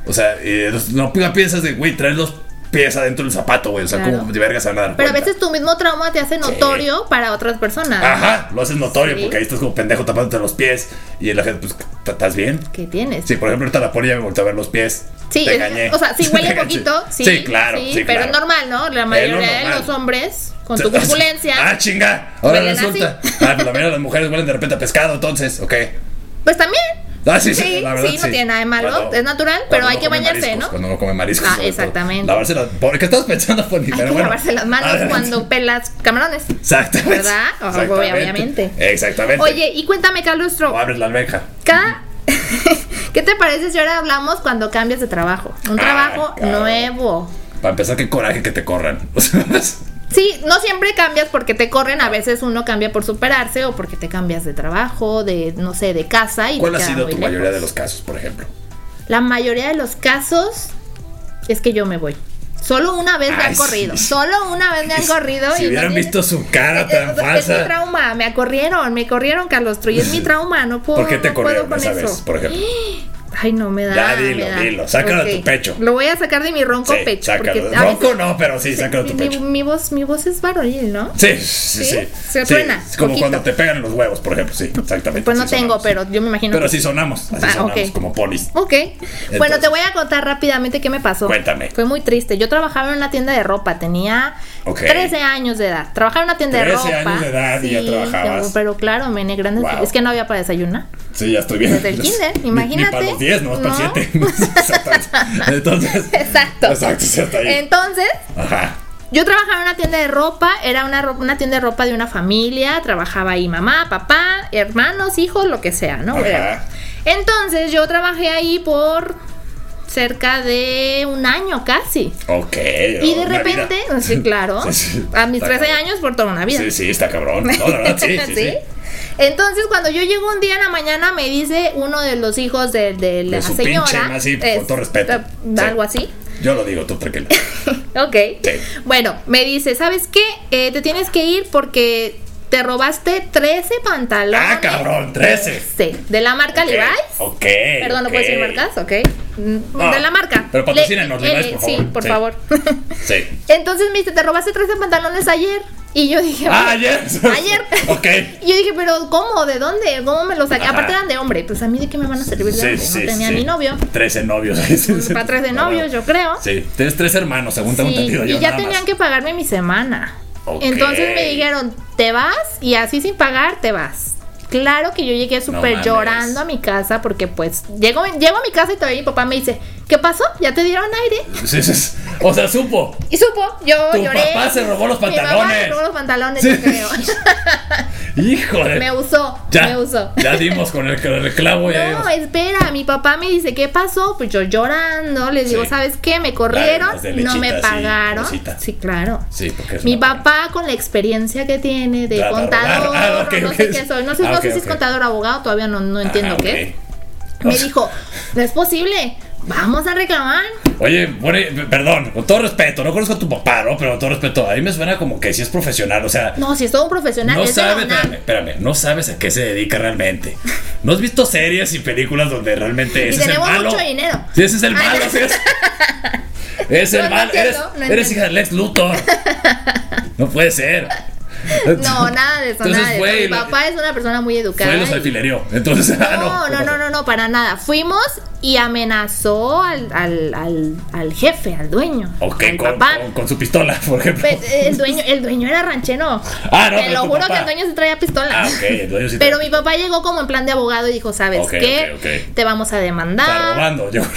Speaker 3: O sea, eh, no no piensas de, güey, traes los pieza dentro del zapato, güey. O sea,
Speaker 2: Claro.
Speaker 3: como de vergas se van a dar
Speaker 2: Pero a
Speaker 3: cuenta?
Speaker 2: veces tu mismo trauma te hace notorio para otras personas. ¿no?
Speaker 3: Ajá, lo haces notorio
Speaker 2: Sí.
Speaker 3: porque ahí estás como pendejo tapándote los pies y la gente, pues, ¿estás bien?
Speaker 2: ¿Qué tienes?
Speaker 3: Sí, por ejemplo, ahorita la poli ya me volteó a ver los pies.
Speaker 2: Sí,
Speaker 3: Te
Speaker 2: es-
Speaker 3: engañé.
Speaker 2: o sea, sí
Speaker 3: (laughs) Te
Speaker 2: huele
Speaker 3: engañé.
Speaker 2: poquito, sí.
Speaker 3: Sí, claro. Sí,
Speaker 2: pero
Speaker 3: claro.
Speaker 2: es normal, ¿no? La
Speaker 3: lo
Speaker 2: mayoría de
Speaker 3: normal.
Speaker 2: los hombres, con tu corpulencia,
Speaker 3: (laughs) Ah, chinga. Ahora
Speaker 2: Huelen
Speaker 3: resulta.
Speaker 2: así.
Speaker 3: Ah, pues la mayoría de las mujeres huelen de repente a pescado, entonces, ok.
Speaker 2: pues también.
Speaker 3: Ah, sí, sí,
Speaker 2: sí,
Speaker 3: la verdad,
Speaker 2: sí, no tiene nada de malo, es natural, pero
Speaker 3: cuando
Speaker 2: hay
Speaker 3: uno
Speaker 2: que
Speaker 3: come
Speaker 2: bañarse,
Speaker 3: mariscos,
Speaker 2: ¿no?
Speaker 3: Cuando uno come mariscos.
Speaker 2: Ah,
Speaker 3: sobre todo.
Speaker 2: exactamente.
Speaker 3: Lavarse las. ¿Por qué estás pensando, pues, Poli?
Speaker 2: Hay que lavarse las manos
Speaker 3: adelante.
Speaker 2: cuando pelas camarones.
Speaker 3: Exactamente.
Speaker 2: ¿Verdad? Ah, güey, obviamente.
Speaker 3: Exactamente.
Speaker 2: Oye, y cuéntame, Carlos
Speaker 3: O abres la almeja.
Speaker 2: cada... (laughs) ¿Qué te parece si ahora hablamos cuando cambias de trabajo? Un
Speaker 3: Ah,
Speaker 2: trabajo
Speaker 3: claro.
Speaker 2: nuevo.
Speaker 3: Para empezar, qué coraje que te corran. (laughs) O sea,
Speaker 2: Sí, no siempre cambias porque te corren, a veces uno cambia por superarse o porque te cambias de trabajo, de, no sé, de casa y
Speaker 3: ¿Cuál
Speaker 2: te
Speaker 3: ha
Speaker 2: queda
Speaker 3: sido
Speaker 2: muy
Speaker 3: tu mayoría
Speaker 2: lejos.
Speaker 3: de los casos, por ejemplo?
Speaker 2: La mayoría de los casos es que yo me voy. Solo una vez me
Speaker 3: Ay,
Speaker 2: han corrido.
Speaker 3: sí.
Speaker 2: Solo una vez me han corrido.
Speaker 3: (laughs) Si
Speaker 2: y
Speaker 3: hubieran
Speaker 2: no tiene-
Speaker 3: visto su cara
Speaker 2: Es- es-
Speaker 3: tan
Speaker 2: Es mi
Speaker 3: falsa.
Speaker 2: trauma, me corrieron, me corrieron, Carlos Troy.
Speaker 3: (laughs)
Speaker 2: Es mi trauma, no puedo.
Speaker 3: ¿Por qué te
Speaker 2: no puedo
Speaker 3: corrieron
Speaker 2: con
Speaker 3: esa
Speaker 2: eso.
Speaker 3: vez,
Speaker 2: (gasps)
Speaker 3: por ejemplo?
Speaker 2: Ay, no me da.
Speaker 3: Ya dilo,
Speaker 2: me da.
Speaker 3: dilo, sácalo de
Speaker 2: Ok.
Speaker 3: tu pecho.
Speaker 2: Lo voy a sacar de mi ronco
Speaker 3: Sí,
Speaker 2: pecho.
Speaker 3: sácalo.
Speaker 2: porque a veces-
Speaker 3: Ronco no, pero sí, sácalo de tu
Speaker 2: mi-
Speaker 3: pecho.
Speaker 2: Mi, mi voz, mi voz es varonil, ¿no?
Speaker 3: Sí, sí, sí.
Speaker 2: ¿Sí? Se
Speaker 3: Sí,
Speaker 2: truena,
Speaker 3: Es como
Speaker 2: poquito.
Speaker 3: cuando te pegan en los huevos, por ejemplo. Sí, exactamente.
Speaker 2: Pues no
Speaker 3: sí
Speaker 2: tengo,
Speaker 3: sonamos.
Speaker 2: pero yo me imagino.
Speaker 3: Pero
Speaker 2: que-
Speaker 3: sí sonamos. Así
Speaker 2: Ah,
Speaker 3: sonamos
Speaker 2: ok.
Speaker 3: como polis.
Speaker 2: Ok. bueno,
Speaker 3: Entonces.
Speaker 2: te voy a contar rápidamente qué me pasó.
Speaker 3: Cuéntame.
Speaker 2: Fue muy triste. Yo trabajaba en una tienda de ropa. Tenía
Speaker 3: Ok.
Speaker 2: 13 años de edad. Trabajaba en una tienda de
Speaker 3: 13
Speaker 2: ropa.
Speaker 3: años de edad y ya trabajabas.
Speaker 2: Pero claro, me grandes.
Speaker 3: Wow.
Speaker 2: Es que no había para desayunar.
Speaker 3: Sí, ya estoy bien.
Speaker 2: Desde el pues kinder,
Speaker 3: Ni- Ni
Speaker 2: imagínate.
Speaker 3: para los 10, no, es para
Speaker 2: No.
Speaker 3: 7. (laughs) Exactamente. Entonces.
Speaker 2: Exacto.
Speaker 3: Exacto, sí, hasta ahí.
Speaker 2: Entonces,
Speaker 3: Ajá.
Speaker 2: yo trabajaba en una tienda de ropa, era una, ro- una tienda de ropa de una familia, trabajaba ahí mamá, papá, hermanos, hijos, lo que sea, ¿no?
Speaker 3: Ajá.
Speaker 2: Era- Entonces yo trabajé ahí por cerca de un año casi.
Speaker 3: Ok.
Speaker 2: Y de
Speaker 3: una vida.
Speaker 2: repente, pues, sí, claro,
Speaker 3: (laughs) Sí, sí.
Speaker 2: a mis
Speaker 3: Está
Speaker 2: 13
Speaker 3: cabrón.
Speaker 2: años por toda una vida.
Speaker 3: Sí, sí, está cabrón. No, la verdad,
Speaker 2: (laughs)
Speaker 3: sí,
Speaker 2: ¿Sí?
Speaker 3: sí. sí.
Speaker 2: Entonces, cuando yo llego un día en la mañana, me dice uno de los hijos de, de la
Speaker 3: De su
Speaker 2: señora. ah,
Speaker 3: pinche ma- sí, con todo respeto. Sí.
Speaker 2: Algo
Speaker 3: (laughs)
Speaker 2: así.
Speaker 3: Yo lo digo, tú
Speaker 2: (laughs)
Speaker 3: tranquila.
Speaker 2: Ok.
Speaker 3: Sí.
Speaker 2: Bueno, me dice, ¿sabes qué? Eh, te tienes que ir porque te robaste 13 pantalones.
Speaker 3: Ah, cabrón, 13.
Speaker 2: Sí, de la marca
Speaker 3: Ok,
Speaker 2: Levi's.
Speaker 3: Ok.
Speaker 2: Perdón, no
Speaker 3: ok.
Speaker 2: puedo decir marcas, ok. Mm,
Speaker 3: No,
Speaker 2: de la marca.
Speaker 3: pero patrocínanos,
Speaker 2: Le- eh,
Speaker 3: Levi's, por favor.
Speaker 2: Sí, por
Speaker 3: Sí.
Speaker 2: favor. (laughs)
Speaker 3: Sí.
Speaker 2: Entonces me dice, te robaste 13 pantalones ayer. Y yo dije,
Speaker 3: Ah,
Speaker 2: bueno,
Speaker 3: ayer. (laughs)
Speaker 2: Ayer.
Speaker 3: Ok.
Speaker 2: Y yo dije, pero ¿cómo? ¿De dónde? ¿Cómo me los saqué?
Speaker 3: Ajá.
Speaker 2: Aparte eran de hombre. Pues a mí de qué me van a servir de hombre. no tenía
Speaker 3: sí.
Speaker 2: ni
Speaker 3: (laughs)
Speaker 2: novio.
Speaker 3: 13 novios. Ah,
Speaker 2: Para tres de novios, yo creo.
Speaker 3: Sí, tienes tres hermanos, según tengo
Speaker 2: Sí,
Speaker 3: entendido yo.
Speaker 2: y ya
Speaker 3: nada
Speaker 2: tenían
Speaker 3: más.
Speaker 2: que pagarme mi semana.
Speaker 3: Ok.
Speaker 2: Entonces me dijeron, te vas y así sin pagar te vas. Claro que yo llegué súper
Speaker 3: mames.
Speaker 2: llorando a mi casa porque pues llego, llego a mi casa y todavía mi papá me dice, ¿qué pasó? ¿Ya te dieron aire?
Speaker 3: (laughs) Sí, sí, sí. O sea, supo.
Speaker 2: Y supo, yo
Speaker 3: Tu
Speaker 2: lloré.
Speaker 3: papá se robó los
Speaker 2: Mi mamá se
Speaker 3: pantalones.
Speaker 2: robó los pantalones,
Speaker 3: Sí.
Speaker 2: yo
Speaker 3: (laughs)
Speaker 2: creo.
Speaker 3: Híjole.
Speaker 2: me usó,
Speaker 3: ya,
Speaker 2: me usó.
Speaker 3: Ya dimos con el, con el clavo y ahí
Speaker 2: No,
Speaker 3: vamos.
Speaker 2: espera, mi papá me dice, ¿qué pasó? Pues yo llorando, les digo,
Speaker 3: Sí.
Speaker 2: ¿sabes qué? Me corrieron,
Speaker 3: Lágrimas de
Speaker 2: no me
Speaker 3: lechita, sí,
Speaker 2: pagaron.
Speaker 3: rosita.
Speaker 2: sí claro.
Speaker 3: Sí, porque es
Speaker 2: Mi
Speaker 3: una-
Speaker 2: papá, con la experiencia que tiene de
Speaker 3: Claro,
Speaker 2: contador,
Speaker 3: ah, ok,
Speaker 2: no
Speaker 3: ok.
Speaker 2: sé qué soy, no sé,
Speaker 3: Ah,
Speaker 2: no
Speaker 3: ok,
Speaker 2: sé si es
Speaker 3: ok. Ah,
Speaker 2: contador o abogado, todavía no, no entiendo
Speaker 3: Ajá,
Speaker 2: qué. es. Me dijo, no es posible, vamos a reclamar.
Speaker 3: ok. Oye, bueno, eh, perdón, con todo respeto, no conozco a tu papá, ¿no? Pero con todo respeto, a mí me suena como que si es profesional, o sea,
Speaker 2: No, si es todo un profesional,
Speaker 3: No
Speaker 2: es de la
Speaker 3: sabes,
Speaker 2: UNAM.
Speaker 3: espérame, espérame, no sabes a qué se dedica realmente. ¿No has visto series y películas donde realmente
Speaker 2: Y
Speaker 3: ese es el
Speaker 2: tenemos
Speaker 3: malo?
Speaker 2: mucho dinero.
Speaker 3: Sí, ese es el
Speaker 2: Ah, (laughs)
Speaker 3: malo.
Speaker 2: no.
Speaker 3: sí, es, es el
Speaker 2: No, no
Speaker 3: malo.
Speaker 2: es
Speaker 3: eres
Speaker 2: cierto, no es
Speaker 3: eres
Speaker 2: cierto.
Speaker 3: hija de Lex Luthor. No puede ser.
Speaker 2: No, nada de eso,
Speaker 3: (laughs) Entonces
Speaker 2: nada de
Speaker 3: fue
Speaker 2: eso. Mi
Speaker 3: y lo-
Speaker 2: papá es una persona muy educada.
Speaker 3: Fue los
Speaker 2: y-
Speaker 3: alfilereó. Entonces, ah,
Speaker 2: No,
Speaker 3: no.
Speaker 2: no, no, no, no, para nada. Fuimos y amenazó al, al, al, al jefe, al dueño.
Speaker 3: Ok,
Speaker 2: al
Speaker 3: con,
Speaker 2: papá. Pues,
Speaker 3: con- con su pistola, por ejemplo.
Speaker 2: Pe- El dueño, el dueño era ranchero.
Speaker 3: Ah, no,
Speaker 2: Te
Speaker 3: pero
Speaker 2: lo
Speaker 3: tu
Speaker 2: juro
Speaker 3: papá.
Speaker 2: que el dueño se traía pistola.
Speaker 3: Ah, ok, el dueño sí
Speaker 2: Pero
Speaker 3: traía
Speaker 2: mi papá llegó como en plan de abogado y dijo, ¿sabes
Speaker 3: Ok,
Speaker 2: qué?
Speaker 3: ok, ok.
Speaker 2: Te vamos a
Speaker 3: Está
Speaker 2: demandar.
Speaker 3: robando, yo.
Speaker 2: (laughs)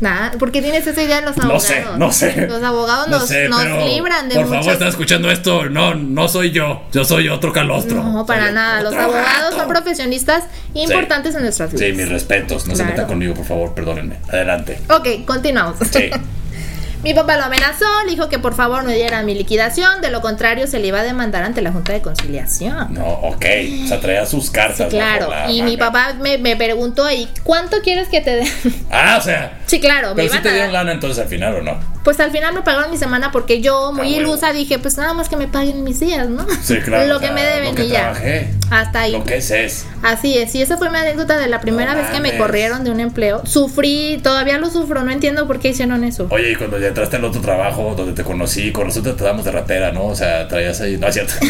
Speaker 2: Nada, ¿por qué tienes esa idea de los
Speaker 3: No
Speaker 2: abogados?
Speaker 3: sé, no sé.
Speaker 2: Los abogados
Speaker 3: No
Speaker 2: nos,
Speaker 3: sé,
Speaker 2: nos
Speaker 3: pero,
Speaker 2: libran de
Speaker 3: Por
Speaker 2: muchos...
Speaker 3: favor, estás escuchando esto. No, no soy yo. Yo soy otro calostro.
Speaker 2: No, para
Speaker 3: Soy
Speaker 2: nada. Los
Speaker 3: otro
Speaker 2: abogados son
Speaker 3: gato.
Speaker 2: profesionistas importantes en nuestras vidas.
Speaker 3: Sí, mis respetos. No
Speaker 2: Pues,
Speaker 3: se
Speaker 2: Claro.
Speaker 3: metan conmigo, por favor, perdónenme. Adelante.
Speaker 2: Ok, continuamos.
Speaker 3: Sí. (laughs)
Speaker 2: (laughs) Mi papá lo amenazó, le dijo que por favor no diera mi liquidación, de lo contrario se le iba a demandar ante la Junta de Conciliación.
Speaker 3: No, ok. O sea, traía sus cartas.
Speaker 2: claro,
Speaker 3: bajo la
Speaker 2: y mi
Speaker 3: manga.
Speaker 2: papá me, me preguntó, ¿y cuánto quieres que te den?
Speaker 3: Ah, o sea.
Speaker 2: (laughs) sí, claro, me
Speaker 3: Pero sí
Speaker 2: iban
Speaker 3: te
Speaker 2: a
Speaker 3: dieron
Speaker 2: dar.
Speaker 3: lana entonces al final o no.
Speaker 2: Pues al final me pagaron mi semana porque yo, muy
Speaker 3: Ah, bueno.
Speaker 2: ilusa, dije, pues nada más que me paguen mis días, ¿no?
Speaker 3: Sí, claro.
Speaker 2: (laughs) Lo
Speaker 3: o
Speaker 2: que
Speaker 3: sea,
Speaker 2: me deben
Speaker 3: lo que
Speaker 2: y ya.
Speaker 3: trabajé.
Speaker 2: Hasta ahí.
Speaker 3: Lo que es es.
Speaker 2: Así es, y esa fue mi anécdota de la primera
Speaker 3: No
Speaker 2: vez que me
Speaker 3: mames.
Speaker 2: corrieron de un empleo. Sufrí, todavía lo sufro, no entiendo por qué hicieron eso. (laughs)
Speaker 3: Oye, y cuando ya entraste al otro trabajo donde te conocí, con nosotros te damos de ratera, ¿no? O sea, traías ahí. No es cierto. (laughs)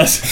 Speaker 2: (laughs)
Speaker 3: es-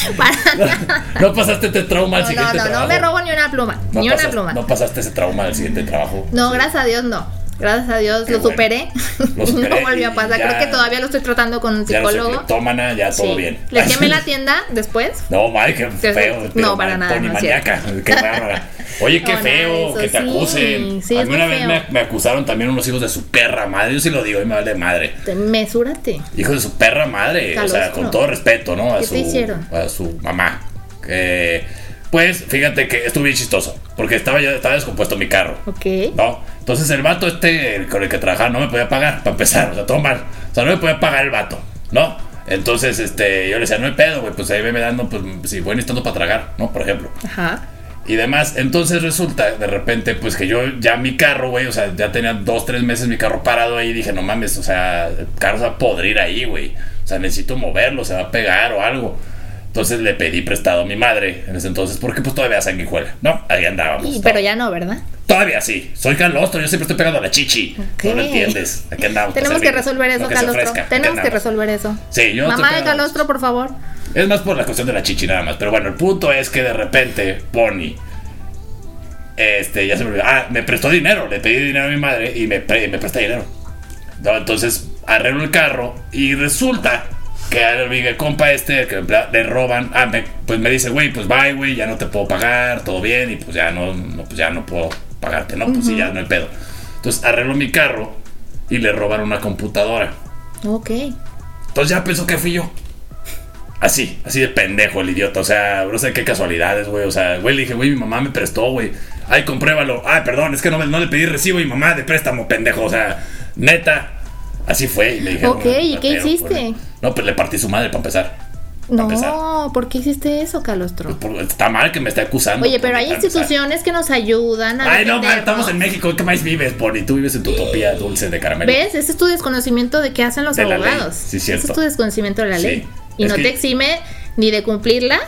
Speaker 3: no pasaste este trauma al
Speaker 2: No, no,
Speaker 3: siguiente
Speaker 2: no,
Speaker 3: trabajo.
Speaker 2: no me robo ni una pluma,
Speaker 3: No
Speaker 2: ni una
Speaker 3: pasas-
Speaker 2: pluma.
Speaker 3: No
Speaker 2: No,
Speaker 3: pasaste ese trauma al siguiente trabajo.
Speaker 2: gracias a Dios no. Gracias a Dios
Speaker 3: Qué
Speaker 2: lo
Speaker 3: bueno.
Speaker 2: superé.
Speaker 3: Lo
Speaker 2: y (laughs) no
Speaker 3: superé
Speaker 2: volvió
Speaker 3: y
Speaker 2: a pasar.
Speaker 3: ya-
Speaker 2: Creo que todavía lo estoy tratando con un
Speaker 3: Ya no soy
Speaker 2: psicólogo.
Speaker 3: cleptómana, ya todo
Speaker 2: Sí.
Speaker 3: bien.
Speaker 2: Le quemé la tienda después.
Speaker 3: No, Mike, qué
Speaker 2: Sí,
Speaker 3: feo.
Speaker 2: sí.
Speaker 3: pero
Speaker 2: No, para
Speaker 3: mal,
Speaker 2: nada, no es
Speaker 3: Polimaniaca. Qué bárbara. Oye, qué
Speaker 2: No, nada de
Speaker 3: feo
Speaker 2: eso,
Speaker 3: que te
Speaker 2: sí,
Speaker 3: acusen.
Speaker 2: sí,
Speaker 3: a
Speaker 2: es
Speaker 3: mí una
Speaker 2: muy
Speaker 3: vez me,
Speaker 2: feo.
Speaker 3: me acusaron también unos hijos de su perra madre. Yo sí lo digo, y me vale madre.
Speaker 2: Te- Mesúrate.
Speaker 3: Hijos de su perra madre. O sea,
Speaker 2: Calostro.
Speaker 3: con todo respeto, ¿no? A
Speaker 2: ¿Qué
Speaker 3: su,
Speaker 2: te hicieron?
Speaker 3: A su mamá. Eh, pues fíjate que estuvo bien chistoso. Porque estaba, ya- estaba descompuesto mi carro.
Speaker 2: Ok.
Speaker 3: No, entonces el vato este el- con el que trabajaba no me podía pagar, para empezar, o sea, todo mal. O sea, no me podía pagar el vato, ¿no? Entonces, este, yo le decía, no hay pedo, güey, pues ahí me dando, pues, si voy necesitando para tragar, ¿no? Por ejemplo.
Speaker 2: Ajá.
Speaker 3: Y demás, entonces resulta, de repente, pues que yo ya mi carro, güey, o sea, ya tenía dos, tres meses mi carro parado ahí, dije, no mames, o sea, el carro se va a podrir ahí, güey. O sea, necesito moverlo, se va a pegar o algo. Entonces le pedí prestado a mi madre en ese entonces, porque pues todavía sanguijuela, ¿no? Ahí andábamos.
Speaker 2: Y-
Speaker 3: ¿no? pues
Speaker 2: pero ya no, ¿verdad?
Speaker 3: Todavía sí. Soy calostro, yo siempre estoy pegando a la chichi.
Speaker 2: Ok.
Speaker 3: No lo entiendes. Aquí andamos.
Speaker 2: (laughs) Tenemos que
Speaker 3: servir,
Speaker 2: resolver
Speaker 3: lo
Speaker 2: eso,
Speaker 3: que se
Speaker 2: Calostro.
Speaker 3: ofrezca, aquí
Speaker 2: Tenemos que
Speaker 3: andamos.
Speaker 2: resolver eso.
Speaker 3: Sí, yo no
Speaker 2: Mamá
Speaker 3: estoy
Speaker 2: de
Speaker 3: pegado a la
Speaker 2: Calostro, por favor.
Speaker 3: Es más por la cuestión de la chichi nada más. Pero bueno, el punto es que de repente, Bonnie. Este, ya se me olvidó. Ah, me prestó dinero. Le pedí dinero a mi madre y me, pre- me presta dinero. No, entonces arreglo el carro y resulta que al mi compa este, que me emplea- le roban, ah, me- pues me dice, güey, pues bye, güey, ya no te puedo pagar, todo bien, y pues ya no, no, pues ya no puedo pagarte, no, pues sí, ya no hay pedo. Entonces arreglo mi carro y le roban una computadora.
Speaker 2: Ok.
Speaker 3: Entonces ya pensó que fui yo. Así, así de pendejo el idiota. O sea, no sé qué casualidades, güey. O sea, güey, le dije, güey, mi mamá me prestó, güey. Ay, compruébalo. Ay, perdón, es que no, me- no le pedí recibo a mi mamá de préstamo, pendejo. O sea, neta. Así fue. Y le dije,
Speaker 2: Ok, ¿y qué hiciste?
Speaker 3: No, pues le partí su madre para empezar. Para empezar.
Speaker 2: No, ¿por qué hiciste eso, Calostro?
Speaker 3: Por- Está mal que me esté acusando.
Speaker 2: Oye,
Speaker 3: por-
Speaker 2: pero hay
Speaker 3: para empezar.
Speaker 2: instituciones que nos ayudan a.
Speaker 3: Ay, no, man,
Speaker 2: defendernos.
Speaker 3: estamos en México. ¿Qué más vives, Pony? Tú vives en tu utopía dulce de caramelo.
Speaker 2: ¿Ves? Ese es tu desconocimiento de qué hacen los
Speaker 3: De la ley.
Speaker 2: abogados.
Speaker 3: Sí, cierto.
Speaker 2: Ese es tu desconocimiento de la
Speaker 3: Sí.
Speaker 2: ley. Y
Speaker 3: Es
Speaker 2: no
Speaker 3: que-
Speaker 2: te exime ni de cumplirla,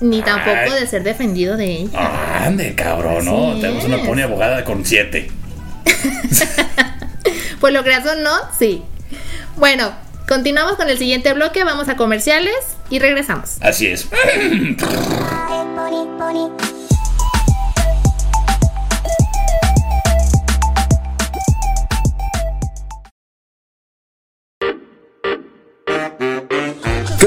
Speaker 2: ni tampoco
Speaker 3: Ay.
Speaker 2: de ser defendido de ella.
Speaker 3: Ah, Ande, cabrón, ¿no?
Speaker 2: Así
Speaker 3: Tenemos una
Speaker 2: es.
Speaker 3: Pony abogada con siete.
Speaker 2: Pues lo creas o no, sí. Bueno, continuamos con el siguiente bloque. Vamos a comerciales y regresamos.
Speaker 3: Así es.
Speaker 1: pony pony
Speaker 5: ¿Qué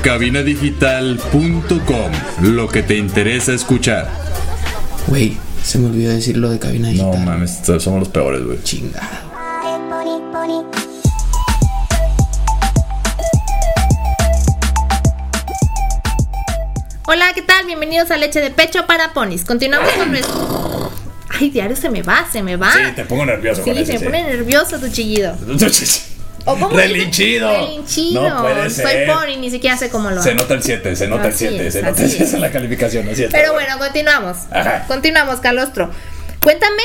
Speaker 6: cabinadigital.com. Lo que te interesa escuchar.
Speaker 7: Güey, se me olvidó decir lo de cabina
Speaker 6: No
Speaker 7: digital.
Speaker 6: mames, somos los peores, güey.
Speaker 7: Chingado.
Speaker 1: pony pony
Speaker 2: Hola, ¿qué tal? Bienvenidos a Leche de Pecho para Ponis. Continuamos con nuestro. Ay, diario se me va, se me va.
Speaker 3: Sí, te pongo nervioso
Speaker 2: Ah. Sí,
Speaker 3: con eso,
Speaker 2: se me pone nervioso tu chillido. ¿O cómo dice?
Speaker 3: Relinchido.
Speaker 2: Relinchido.
Speaker 3: No puede
Speaker 2: Soy
Speaker 3: ser.
Speaker 2: pony, ni siquiera sé cómo lo
Speaker 3: Se
Speaker 2: hago.
Speaker 3: nota el 7, se nota
Speaker 2: Así
Speaker 3: el 7,
Speaker 2: es,
Speaker 3: se nota
Speaker 2: así
Speaker 3: el 7
Speaker 2: es.
Speaker 3: en la calificación, ¿no es cierto?
Speaker 2: Pero bueno, continuamos.
Speaker 3: Ajá.
Speaker 2: Continuamos, Calostro. Cuéntame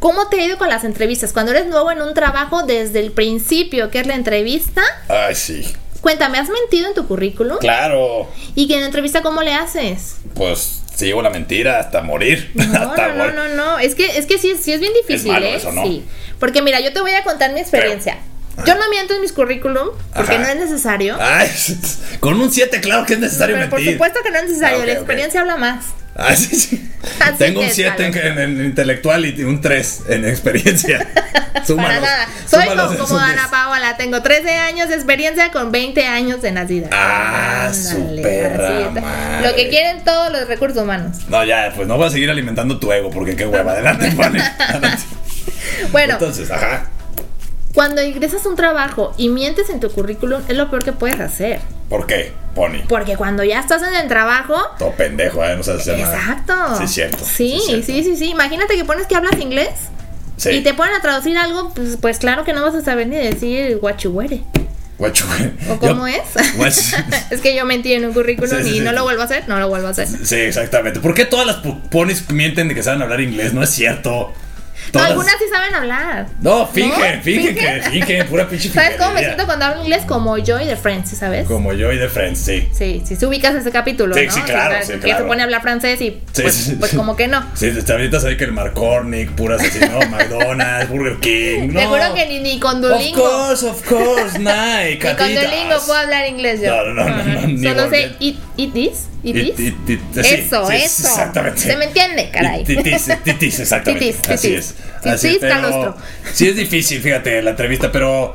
Speaker 2: cómo te ha ido con las entrevistas. Cuando eres nuevo en un trabajo desde el principio, que es la entrevista,
Speaker 3: Ay, sí.
Speaker 2: cuéntame, ¿has mentido en tu currículum?
Speaker 3: Claro.
Speaker 2: ¿Y que en la entrevista cómo le haces?
Speaker 3: Pues sigo la mentira hasta morir.
Speaker 2: No,
Speaker 3: (laughs) hasta
Speaker 2: no, no,
Speaker 3: morir.
Speaker 2: no, no. Es que, es que sí, es- sí es bien difícil,
Speaker 3: Es malo
Speaker 2: ¿eh?
Speaker 3: eso, ¿no?
Speaker 2: Sí. Porque mira, yo te voy a contar mi experiencia. Yo no miento en mis currículum porque
Speaker 3: Ajá.
Speaker 2: no es necesario.
Speaker 3: Ay, (laughs) con un 7, claro que es necesario
Speaker 2: pero por
Speaker 3: mentir.
Speaker 2: supuesto que no es necesario.
Speaker 3: Ah, ok,
Speaker 2: la experiencia habla más.
Speaker 3: ok. Ay, sí,
Speaker 2: (laughs)
Speaker 3: sí.
Speaker 2: Así
Speaker 3: Tengo un
Speaker 2: que,
Speaker 3: 7 en,
Speaker 2: claro.
Speaker 3: en- en intelectual y un 3 en experiencia. (laughs) Súmalos.
Speaker 2: (laughs) Para nada. Soy
Speaker 3: súmalos (laughs)
Speaker 2: como,
Speaker 3: esos
Speaker 2: como
Speaker 3: diez.
Speaker 2: Ana Paola. Tengo 13 años de experiencia con 20 años de nacida.
Speaker 3: Ah, su perra
Speaker 2: así es.
Speaker 3: madre.
Speaker 2: Lo que quieren todos los recursos humanos.
Speaker 3: No, ya, pues no voy a seguir alimentando tu ego porque qué hueva. Adelante, Fanny.
Speaker 2: (laughs)
Speaker 3: Adelante.
Speaker 2: Bueno,
Speaker 3: Entonces, ajá.
Speaker 2: cuando ingresas a un trabajo y mientes en tu currículum, es lo peor que puedes hacer.
Speaker 3: ¿Por qué, Pony?
Speaker 2: Porque cuando ya estás en el trabajo.
Speaker 3: Todo pendejo, ¿eh? No sabes hacer nada.
Speaker 2: Exacto.
Speaker 3: Sí, es cierto.
Speaker 2: Sí,
Speaker 3: es
Speaker 2: sí,
Speaker 3: cierto.
Speaker 2: sí, sí, Imagínate que pones que hablas inglés
Speaker 3: Sí.
Speaker 2: y te ponen a traducir algo, pues, pues claro que no vas a saber ni decir guachuere.
Speaker 3: Guacho, güey.
Speaker 2: ¿O cómo
Speaker 3: (laughs) Yo- Pues,
Speaker 2: es?
Speaker 3: Guacho.
Speaker 2: (laughs) es que yo mentí en un currículum
Speaker 3: Sí, sí,
Speaker 2: y
Speaker 3: sí.
Speaker 2: no lo vuelvo a hacer, no lo vuelvo a hacer.
Speaker 3: Sí, exactamente. ¿Por qué todas las pu- ponies mienten de que saben hablar inglés? No es cierto.
Speaker 2: No,
Speaker 3: Todas-
Speaker 2: algunas sí saben hablar.
Speaker 3: No, fingen,
Speaker 2: ¿No?
Speaker 3: fingen que
Speaker 2: ¿Fingen?
Speaker 3: fingen,
Speaker 2: (laughs)
Speaker 3: pura pinche
Speaker 2: ¿Sabes cómo me
Speaker 3: fingería.
Speaker 2: siento cuando hablo inglés? Como Joy de Friends, ¿sabes?
Speaker 3: Como yo y de Friends, sí.
Speaker 2: Sí, si sí, ubicas ese capítulo,
Speaker 3: Sí,
Speaker 2: ¿no?
Speaker 3: sí, claro, sí,
Speaker 2: que
Speaker 3: claro.
Speaker 2: se pone a hablar francés y
Speaker 3: Sí,
Speaker 2: pues,
Speaker 3: sí, sí.
Speaker 2: pues como que no.
Speaker 3: Sí, te- te ahorita sabes que el McCormick, puras así,
Speaker 2: (laughs)
Speaker 3: ¿no? McDonald's, Burger King, no.
Speaker 2: Seguro que ni, ni con
Speaker 3: Of
Speaker 2: Duolingo.
Speaker 3: course,
Speaker 2: (laughs)
Speaker 3: of course, Nike,
Speaker 2: Ni con Duolingo
Speaker 3: Adidas.
Speaker 2: puedo hablar inglés yo.
Speaker 3: No, no, no, no, no,
Speaker 2: Ajá.
Speaker 3: ni
Speaker 2: Solo sé
Speaker 3: volviendo.
Speaker 2: it, it this, it,
Speaker 3: It-
Speaker 2: this.
Speaker 3: it- it- sí,
Speaker 2: eso,
Speaker 3: sí,
Speaker 2: eso.
Speaker 3: Exactamente.
Speaker 2: Se me entiende, caray.
Speaker 3: Titis,
Speaker 2: (laughs)
Speaker 3: titis, exactamente.
Speaker 2: Titis,
Speaker 3: así
Speaker 2: titis.
Speaker 3: es. Así
Speaker 2: Titis,
Speaker 3: pero
Speaker 2: calostro.
Speaker 3: Sí es difícil, fíjate, la entrevista, pero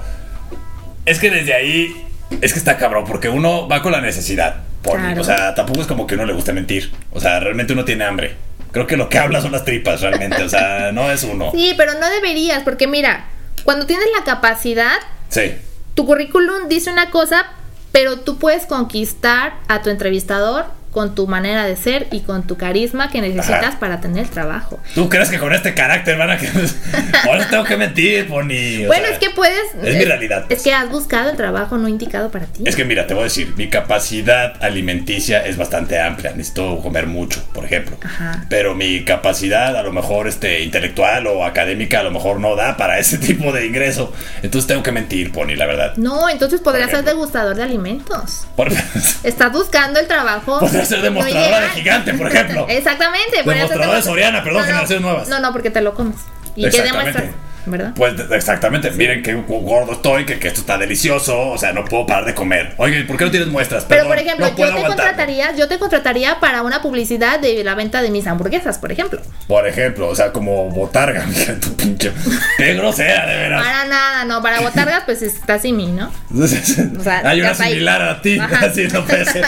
Speaker 3: es que desde ahí es que está cabrón, porque uno va con la necesidad. Por,
Speaker 2: Claro.
Speaker 3: O sea, tampoco es como que uno le guste mentir. O sea, realmente uno tiene hambre. Creo que lo que habla son las tripas, realmente.
Speaker 2: (laughs)
Speaker 3: O sea, no es uno.
Speaker 2: Sí, pero no deberías, porque mira, cuando tienes la capacidad,
Speaker 3: Sí.
Speaker 2: tu currículum dice una cosa, pero tú puedes conquistar a tu entrevistador con tu manera de ser y con tu carisma que necesitas
Speaker 3: Ajá.
Speaker 2: para tener el trabajo.
Speaker 3: ¿Tú crees que con este carácter van a que... (laughs) Ahora tengo que mentir, Pony. o
Speaker 2: bueno,
Speaker 3: sea.
Speaker 2: es que puedes... eh,
Speaker 3: es mi realidad, pues.
Speaker 2: Es que has buscado el trabajo no indicado para ti.
Speaker 3: Es que mira, te voy a decir, mi capacidad alimenticia es bastante amplia. Necesito comer mucho, por ejemplo.
Speaker 2: Ajá.
Speaker 3: Pero mi capacidad, a lo mejor este, intelectual o académica, a lo mejor no da para ese (laughs) tipo de ingreso. Entonces tengo que mentir, Pony, la verdad.
Speaker 2: No, entonces podrías
Speaker 3: Por
Speaker 2: ser
Speaker 3: ejemplo.
Speaker 2: degustador de alimentos.
Speaker 3: Por- (laughs)
Speaker 2: Estás buscando el trabajo.
Speaker 3: Podría ser demostradora
Speaker 2: no
Speaker 3: de
Speaker 2: llegar.
Speaker 3: gigante, por ejemplo.
Speaker 2: (laughs) Exactamente. podría ser
Speaker 3: Demostradora de
Speaker 2: demostra-
Speaker 3: Soriana, perdón,
Speaker 2: no,
Speaker 3: generaciones
Speaker 2: no,
Speaker 3: nuevas.
Speaker 2: No, no, porque te lo comes. ¿Y qué
Speaker 3: Exactamente.
Speaker 2: demuestras? ¿Verdad?
Speaker 3: Pues de- exactamente, miren qué gordo estoy, que, que esto está delicioso, o sea, no puedo parar de comer. Oye, ¿por qué no tienes muestras?
Speaker 2: Pero
Speaker 3: Perdón,
Speaker 2: por ejemplo,
Speaker 3: no
Speaker 2: yo
Speaker 3: puedo
Speaker 2: te
Speaker 3: aguantarme.
Speaker 2: contrataría, yo te contrataría para una publicidad de la venta de mis hamburguesas, por ejemplo.
Speaker 3: Por ejemplo, o sea, como botarga, (laughs) mira tu pinche. Qué grosera, de
Speaker 2: (laughs)
Speaker 3: veras.
Speaker 2: Para nada, no,
Speaker 3: (laughs)
Speaker 2: para botargas pues está sin mí, ¿no? O sea,
Speaker 3: Hay
Speaker 2: ya
Speaker 3: una
Speaker 2: está ahí.
Speaker 3: similar a ti,
Speaker 2: Ajá.
Speaker 3: así no
Speaker 2: (laughs)
Speaker 3: puede ser.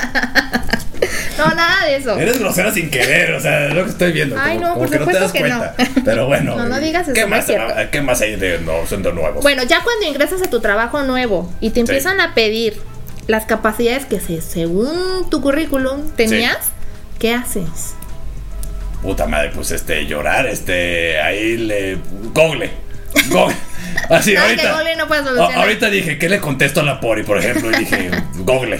Speaker 2: No, nada de eso.
Speaker 3: Eres grosera sin querer, o sea, es lo que estoy viendo.
Speaker 2: Ay,
Speaker 3: como,
Speaker 2: no,
Speaker 3: como
Speaker 2: por
Speaker 3: que no te das
Speaker 2: supuesto que
Speaker 3: cuenta.
Speaker 2: no.
Speaker 3: Pero bueno.
Speaker 2: (laughs) No, no digas eso,
Speaker 3: ¿Qué
Speaker 2: no
Speaker 3: más,
Speaker 2: es cierto.
Speaker 3: ah, ¿Qué más hay de, no, son de nuevos?
Speaker 2: Bueno, ya cuando ingresas a tu trabajo nuevo y te empiezan a pedir las capacidades que se- según tu currículum tenías, ¿qué haces?
Speaker 3: Puta madre, pues este, llorar, este, ahí le. Google. Google. (laughs) Así,
Speaker 2: No, que
Speaker 3: ahorita.
Speaker 2: Google no puede solucionar.
Speaker 3: A- ahorita dije, ¿qué le contesto a la Pori, por ejemplo? Y dije, (laughs) Google.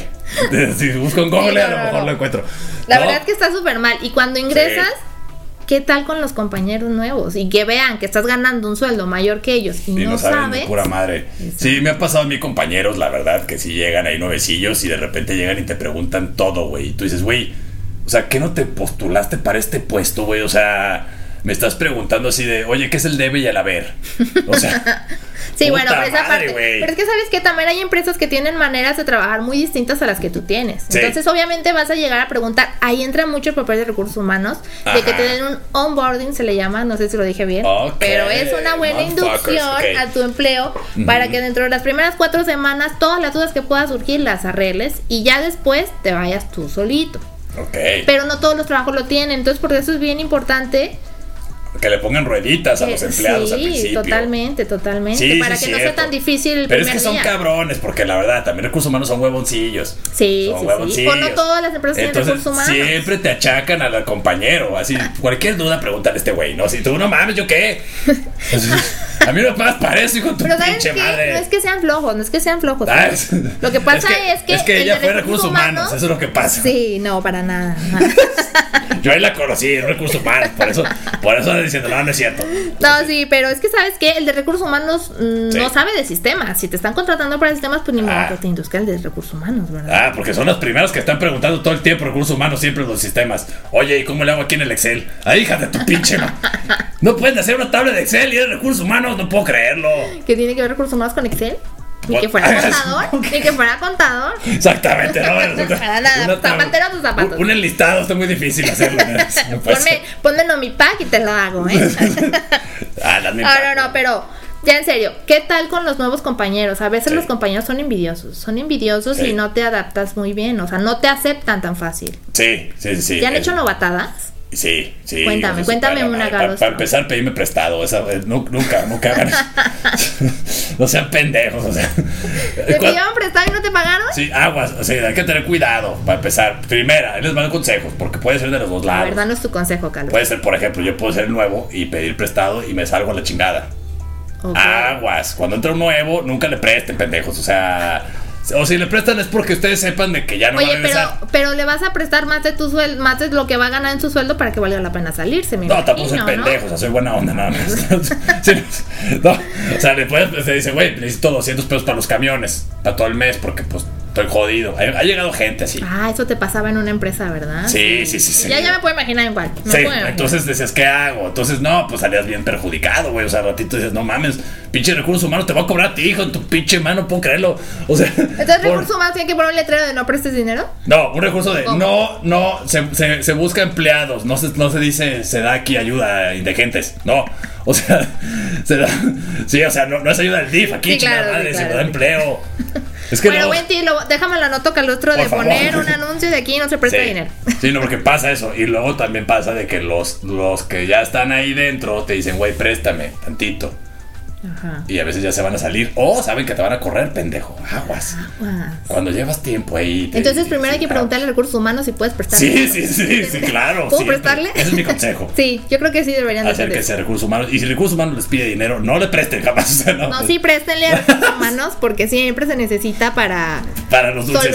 Speaker 3: Si busco en Google,
Speaker 2: Sí, no,
Speaker 3: a lo
Speaker 2: no,
Speaker 3: mejor
Speaker 2: no.
Speaker 3: lo encuentro.
Speaker 2: La
Speaker 3: No,
Speaker 2: verdad es que está súper mal. Y cuando ingresas, ¿qué tal con los compañeros nuevos? Y que vean que estás ganando un sueldo mayor que ellos y,
Speaker 3: Y
Speaker 2: no,
Speaker 3: no, saben,
Speaker 2: sabes.
Speaker 3: pura madre. Sí, me ha pasado a mis compañeros, la verdad, que si llegan ahí nuevecillos y de repente llegan y te preguntan todo, güey. Y tú dices, güey, o sea, ¿qué no te postulaste para este puesto, güey? O sea, me estás preguntando así de, oye, ¿qué es el debe y el haber?
Speaker 2: (laughs)
Speaker 3: O sea,
Speaker 2: Sí, bueno,
Speaker 3: puta
Speaker 2: pero esa
Speaker 3: madre,
Speaker 2: parte.
Speaker 3: güey.
Speaker 2: Pero es que sabes que también hay empresas que tienen maneras de trabajar muy distintas a las que tú tienes.
Speaker 3: Sí.
Speaker 2: Entonces, obviamente vas a llegar a preguntar. Ahí entra mucho el papel de recursos humanos, de que
Speaker 3: Ajá.
Speaker 2: te den un onboarding, se le llama, no sé si lo dije bien.
Speaker 3: Ok,
Speaker 2: pero es una buena
Speaker 3: motherfuckers,
Speaker 2: inducción
Speaker 3: ok.
Speaker 2: a tu empleo para que dentro de las primeras cuatro semanas todas las dudas que puedan surgir las arregles y ya después te vayas tú solito.
Speaker 3: ok.
Speaker 2: Pero no todos los trabajos lo tienen, entonces por eso es bien importante
Speaker 3: Que le pongan rueditas a los
Speaker 2: eh,
Speaker 3: empleados
Speaker 2: sí,
Speaker 3: al principio.
Speaker 2: totalmente, totalmente.
Speaker 3: Sí,
Speaker 2: para
Speaker 3: sí,
Speaker 2: ¿Eh? que no sea
Speaker 3: cierto.
Speaker 2: tan difícil el
Speaker 3: Pero es
Speaker 2: primer
Speaker 3: que son
Speaker 2: día.
Speaker 3: cabrones, porque la verdad, también recursos humanos son huevoncillos.
Speaker 2: Sí, sí,
Speaker 3: Son
Speaker 2: sí.
Speaker 3: huevoncillos.
Speaker 2: O no todas las empresas tienen
Speaker 3: Entonces,
Speaker 2: recursos humanos.
Speaker 3: Siempre te achacan al compañero. Así, cualquier duda, pregúntale a este güey, ¿no? Si tú no mames, ¿yo
Speaker 2: (laughs)
Speaker 3: qué? a mí no me pagas para eso, hijo de tu
Speaker 2: Pero ¿sabes
Speaker 3: pinche
Speaker 2: qué?
Speaker 3: madre.
Speaker 2: No es que sean flojos, no es que sean flojos.
Speaker 3: Ah, es-
Speaker 2: Lo que pasa es que,
Speaker 3: Es que
Speaker 2: el
Speaker 3: ella
Speaker 2: de
Speaker 3: fue recursos humanos, eso es lo que pasa.
Speaker 2: Sí, no, para nada.
Speaker 3: (laughs) Yo ahí la conocí, en recursos humanos, por eso, por eso diciendo, no, no es cierto.
Speaker 2: No, sí, pero es que sabes que el de recursos humanos mm,
Speaker 3: Sí.
Speaker 2: no sabe de sistemas. Si te están contratando para sistemas, pues ni modo
Speaker 3: Ah.
Speaker 2: que te induzca el de recursos humanos, ¿verdad?
Speaker 3: Ah, porque son los primeros que están preguntando todo el tiempo recursos humanos, siempre los sistemas. Oye, ¿y cómo le hago aquí en el Excel? Ay, hija de tu pinche. ma- No pueden hacer una tabla de Excel y de recursos humanos, no puedo creerlo.
Speaker 2: ¿Qué tiene que ver recursos humanos con Excel? Ni
Speaker 3: Ah. What?
Speaker 2: que
Speaker 3: (laughs)
Speaker 2: fuera contador,
Speaker 3: Ok.
Speaker 2: ni que fuera contador.
Speaker 3: Exactamente, ¿no?
Speaker 2: (laughs) Para nada,
Speaker 3: Una tabla-
Speaker 2: zapatero a tus zapatos.
Speaker 3: Un, un enlistado, está muy difícil hacerlo.
Speaker 2: (laughs)
Speaker 3: ¿no? No puede ser. (laughs)
Speaker 2: Ponme, ponme no mi pack y te lo hago, ¿eh?
Speaker 3: Ah, dame
Speaker 2: Ah,
Speaker 3: impacto.
Speaker 2: no, no, pero ya en serio, ¿qué tal con los nuevos compañeros? A veces
Speaker 3: Sí.
Speaker 2: los compañeros son envidiosos, son envidiosos
Speaker 3: Sí.
Speaker 2: y no te adaptas muy bien, o sea, no te aceptan tan fácil.
Speaker 3: Sí, sí, sí, sí.
Speaker 2: ¿Te han
Speaker 3: Eh,
Speaker 2: hecho novatadas?
Speaker 3: Sí, sí.
Speaker 2: Cuéntame, cuéntame una,
Speaker 3: Para
Speaker 2: Carlos. (laughs)
Speaker 3: empezar, pedirme prestado. Esa, eh, nu- nunca, nunca hagan eso. (laughs) No sean pendejos, o sea.
Speaker 2: ¿Te pidieron prestado y no te pagaron?
Speaker 3: Sí, aguas, o sea, hay que tener cuidado para empezar. Primera, les mando consejos, porque puede ser de los dos
Speaker 2: La
Speaker 3: lados.
Speaker 2: verdad no es tu consejo, Carlos.
Speaker 3: Puede ser, por ejemplo, yo puedo ser el nuevo y pedir prestado y me salgo a la chingada.
Speaker 2: Ok.
Speaker 3: Aguas, cuando entra un nuevo, nunca le presten, pendejos. O sea, o si le prestan es porque ustedes sepan de que ya no va a
Speaker 2: Oye, pero,
Speaker 3: regresar.
Speaker 2: pero le vas a prestar más de tu sueldo, más de lo que va a ganar en su sueldo para que valga la pena salirse, mi
Speaker 3: No, tampoco soy pendejo, o sea, soy buena onda nada más. (laughs) Sí, no, o sea, después se dice, güey, necesito 200 pesos para los camiones, para todo el mes, porque pues estoy jodido. Ha, ha llegado gente así.
Speaker 2: Ah, eso te pasaba en una empresa, ¿verdad?
Speaker 3: Sí, sí, sí, sí.
Speaker 2: Ya, ya me puedo imaginar en cuál. Me
Speaker 3: Sí,
Speaker 2: puedo imaginar.
Speaker 3: entonces decías, ¿qué hago? Entonces, no, pues salías bien perjudicado, güey. O sea, al ratito dices, no mames, pinche recursos humanos te va a cobrar a ti, hijo, en tu pinche mano, puedo creerlo. O sea,
Speaker 2: Entonces,
Speaker 3: por-
Speaker 2: recursos humanos tiene que poner un letrero de no prestes dinero.
Speaker 3: No, un recurso de
Speaker 2: ¿Cómo?
Speaker 3: no, no, se, se, se busca empleados, no se, no se dice se da aquí ayuda a indigentes, no. O sea, (laughs) se da, sí, o sea, no, no es ayuda al DIF aquí,
Speaker 2: Sí,
Speaker 3: chingada
Speaker 2: claro, sí,
Speaker 3: madre, se
Speaker 2: claro.
Speaker 3: da empleo.
Speaker 2: (laughs)
Speaker 3: Es que
Speaker 2: bueno,
Speaker 3: no.
Speaker 2: Wendy, lo, déjame la nota que al otro
Speaker 3: Por
Speaker 2: de
Speaker 3: favor.
Speaker 2: poner un anuncio de aquí no se
Speaker 3: Sí,
Speaker 2: presta dinero.
Speaker 3: sí, no, porque pasa eso. Y luego también pasa de que los, los que ya están ahí dentro te dicen, güey, préstame tantito.
Speaker 2: Ajá.
Speaker 3: Y a veces ya se van a salir o saben que te van a correr, pendejo. Aguas.
Speaker 2: Ah.
Speaker 3: Cuando llevas tiempo ahí. te-
Speaker 2: Entonces, primero hay que
Speaker 3: sí,
Speaker 2: preguntarle a recursos humanos si puedes prestar
Speaker 3: Sí,
Speaker 2: dinero.
Speaker 3: sí, sí, sí, claro.
Speaker 2: ¿Puedo
Speaker 3: siempre.
Speaker 2: prestarle?
Speaker 3: Ese es mi consejo.
Speaker 2: Sí, yo creo que sí deberían de hacer
Speaker 3: acérquese a recursos humanos. Y si recursos humanos les pide dinero, no le presten jamás. (laughs) o sea, no,
Speaker 2: No, sí, préstenle
Speaker 3: (laughs)
Speaker 2: a recursos humanos porque siempre se necesita para.
Speaker 3: Para los
Speaker 2: Solventil,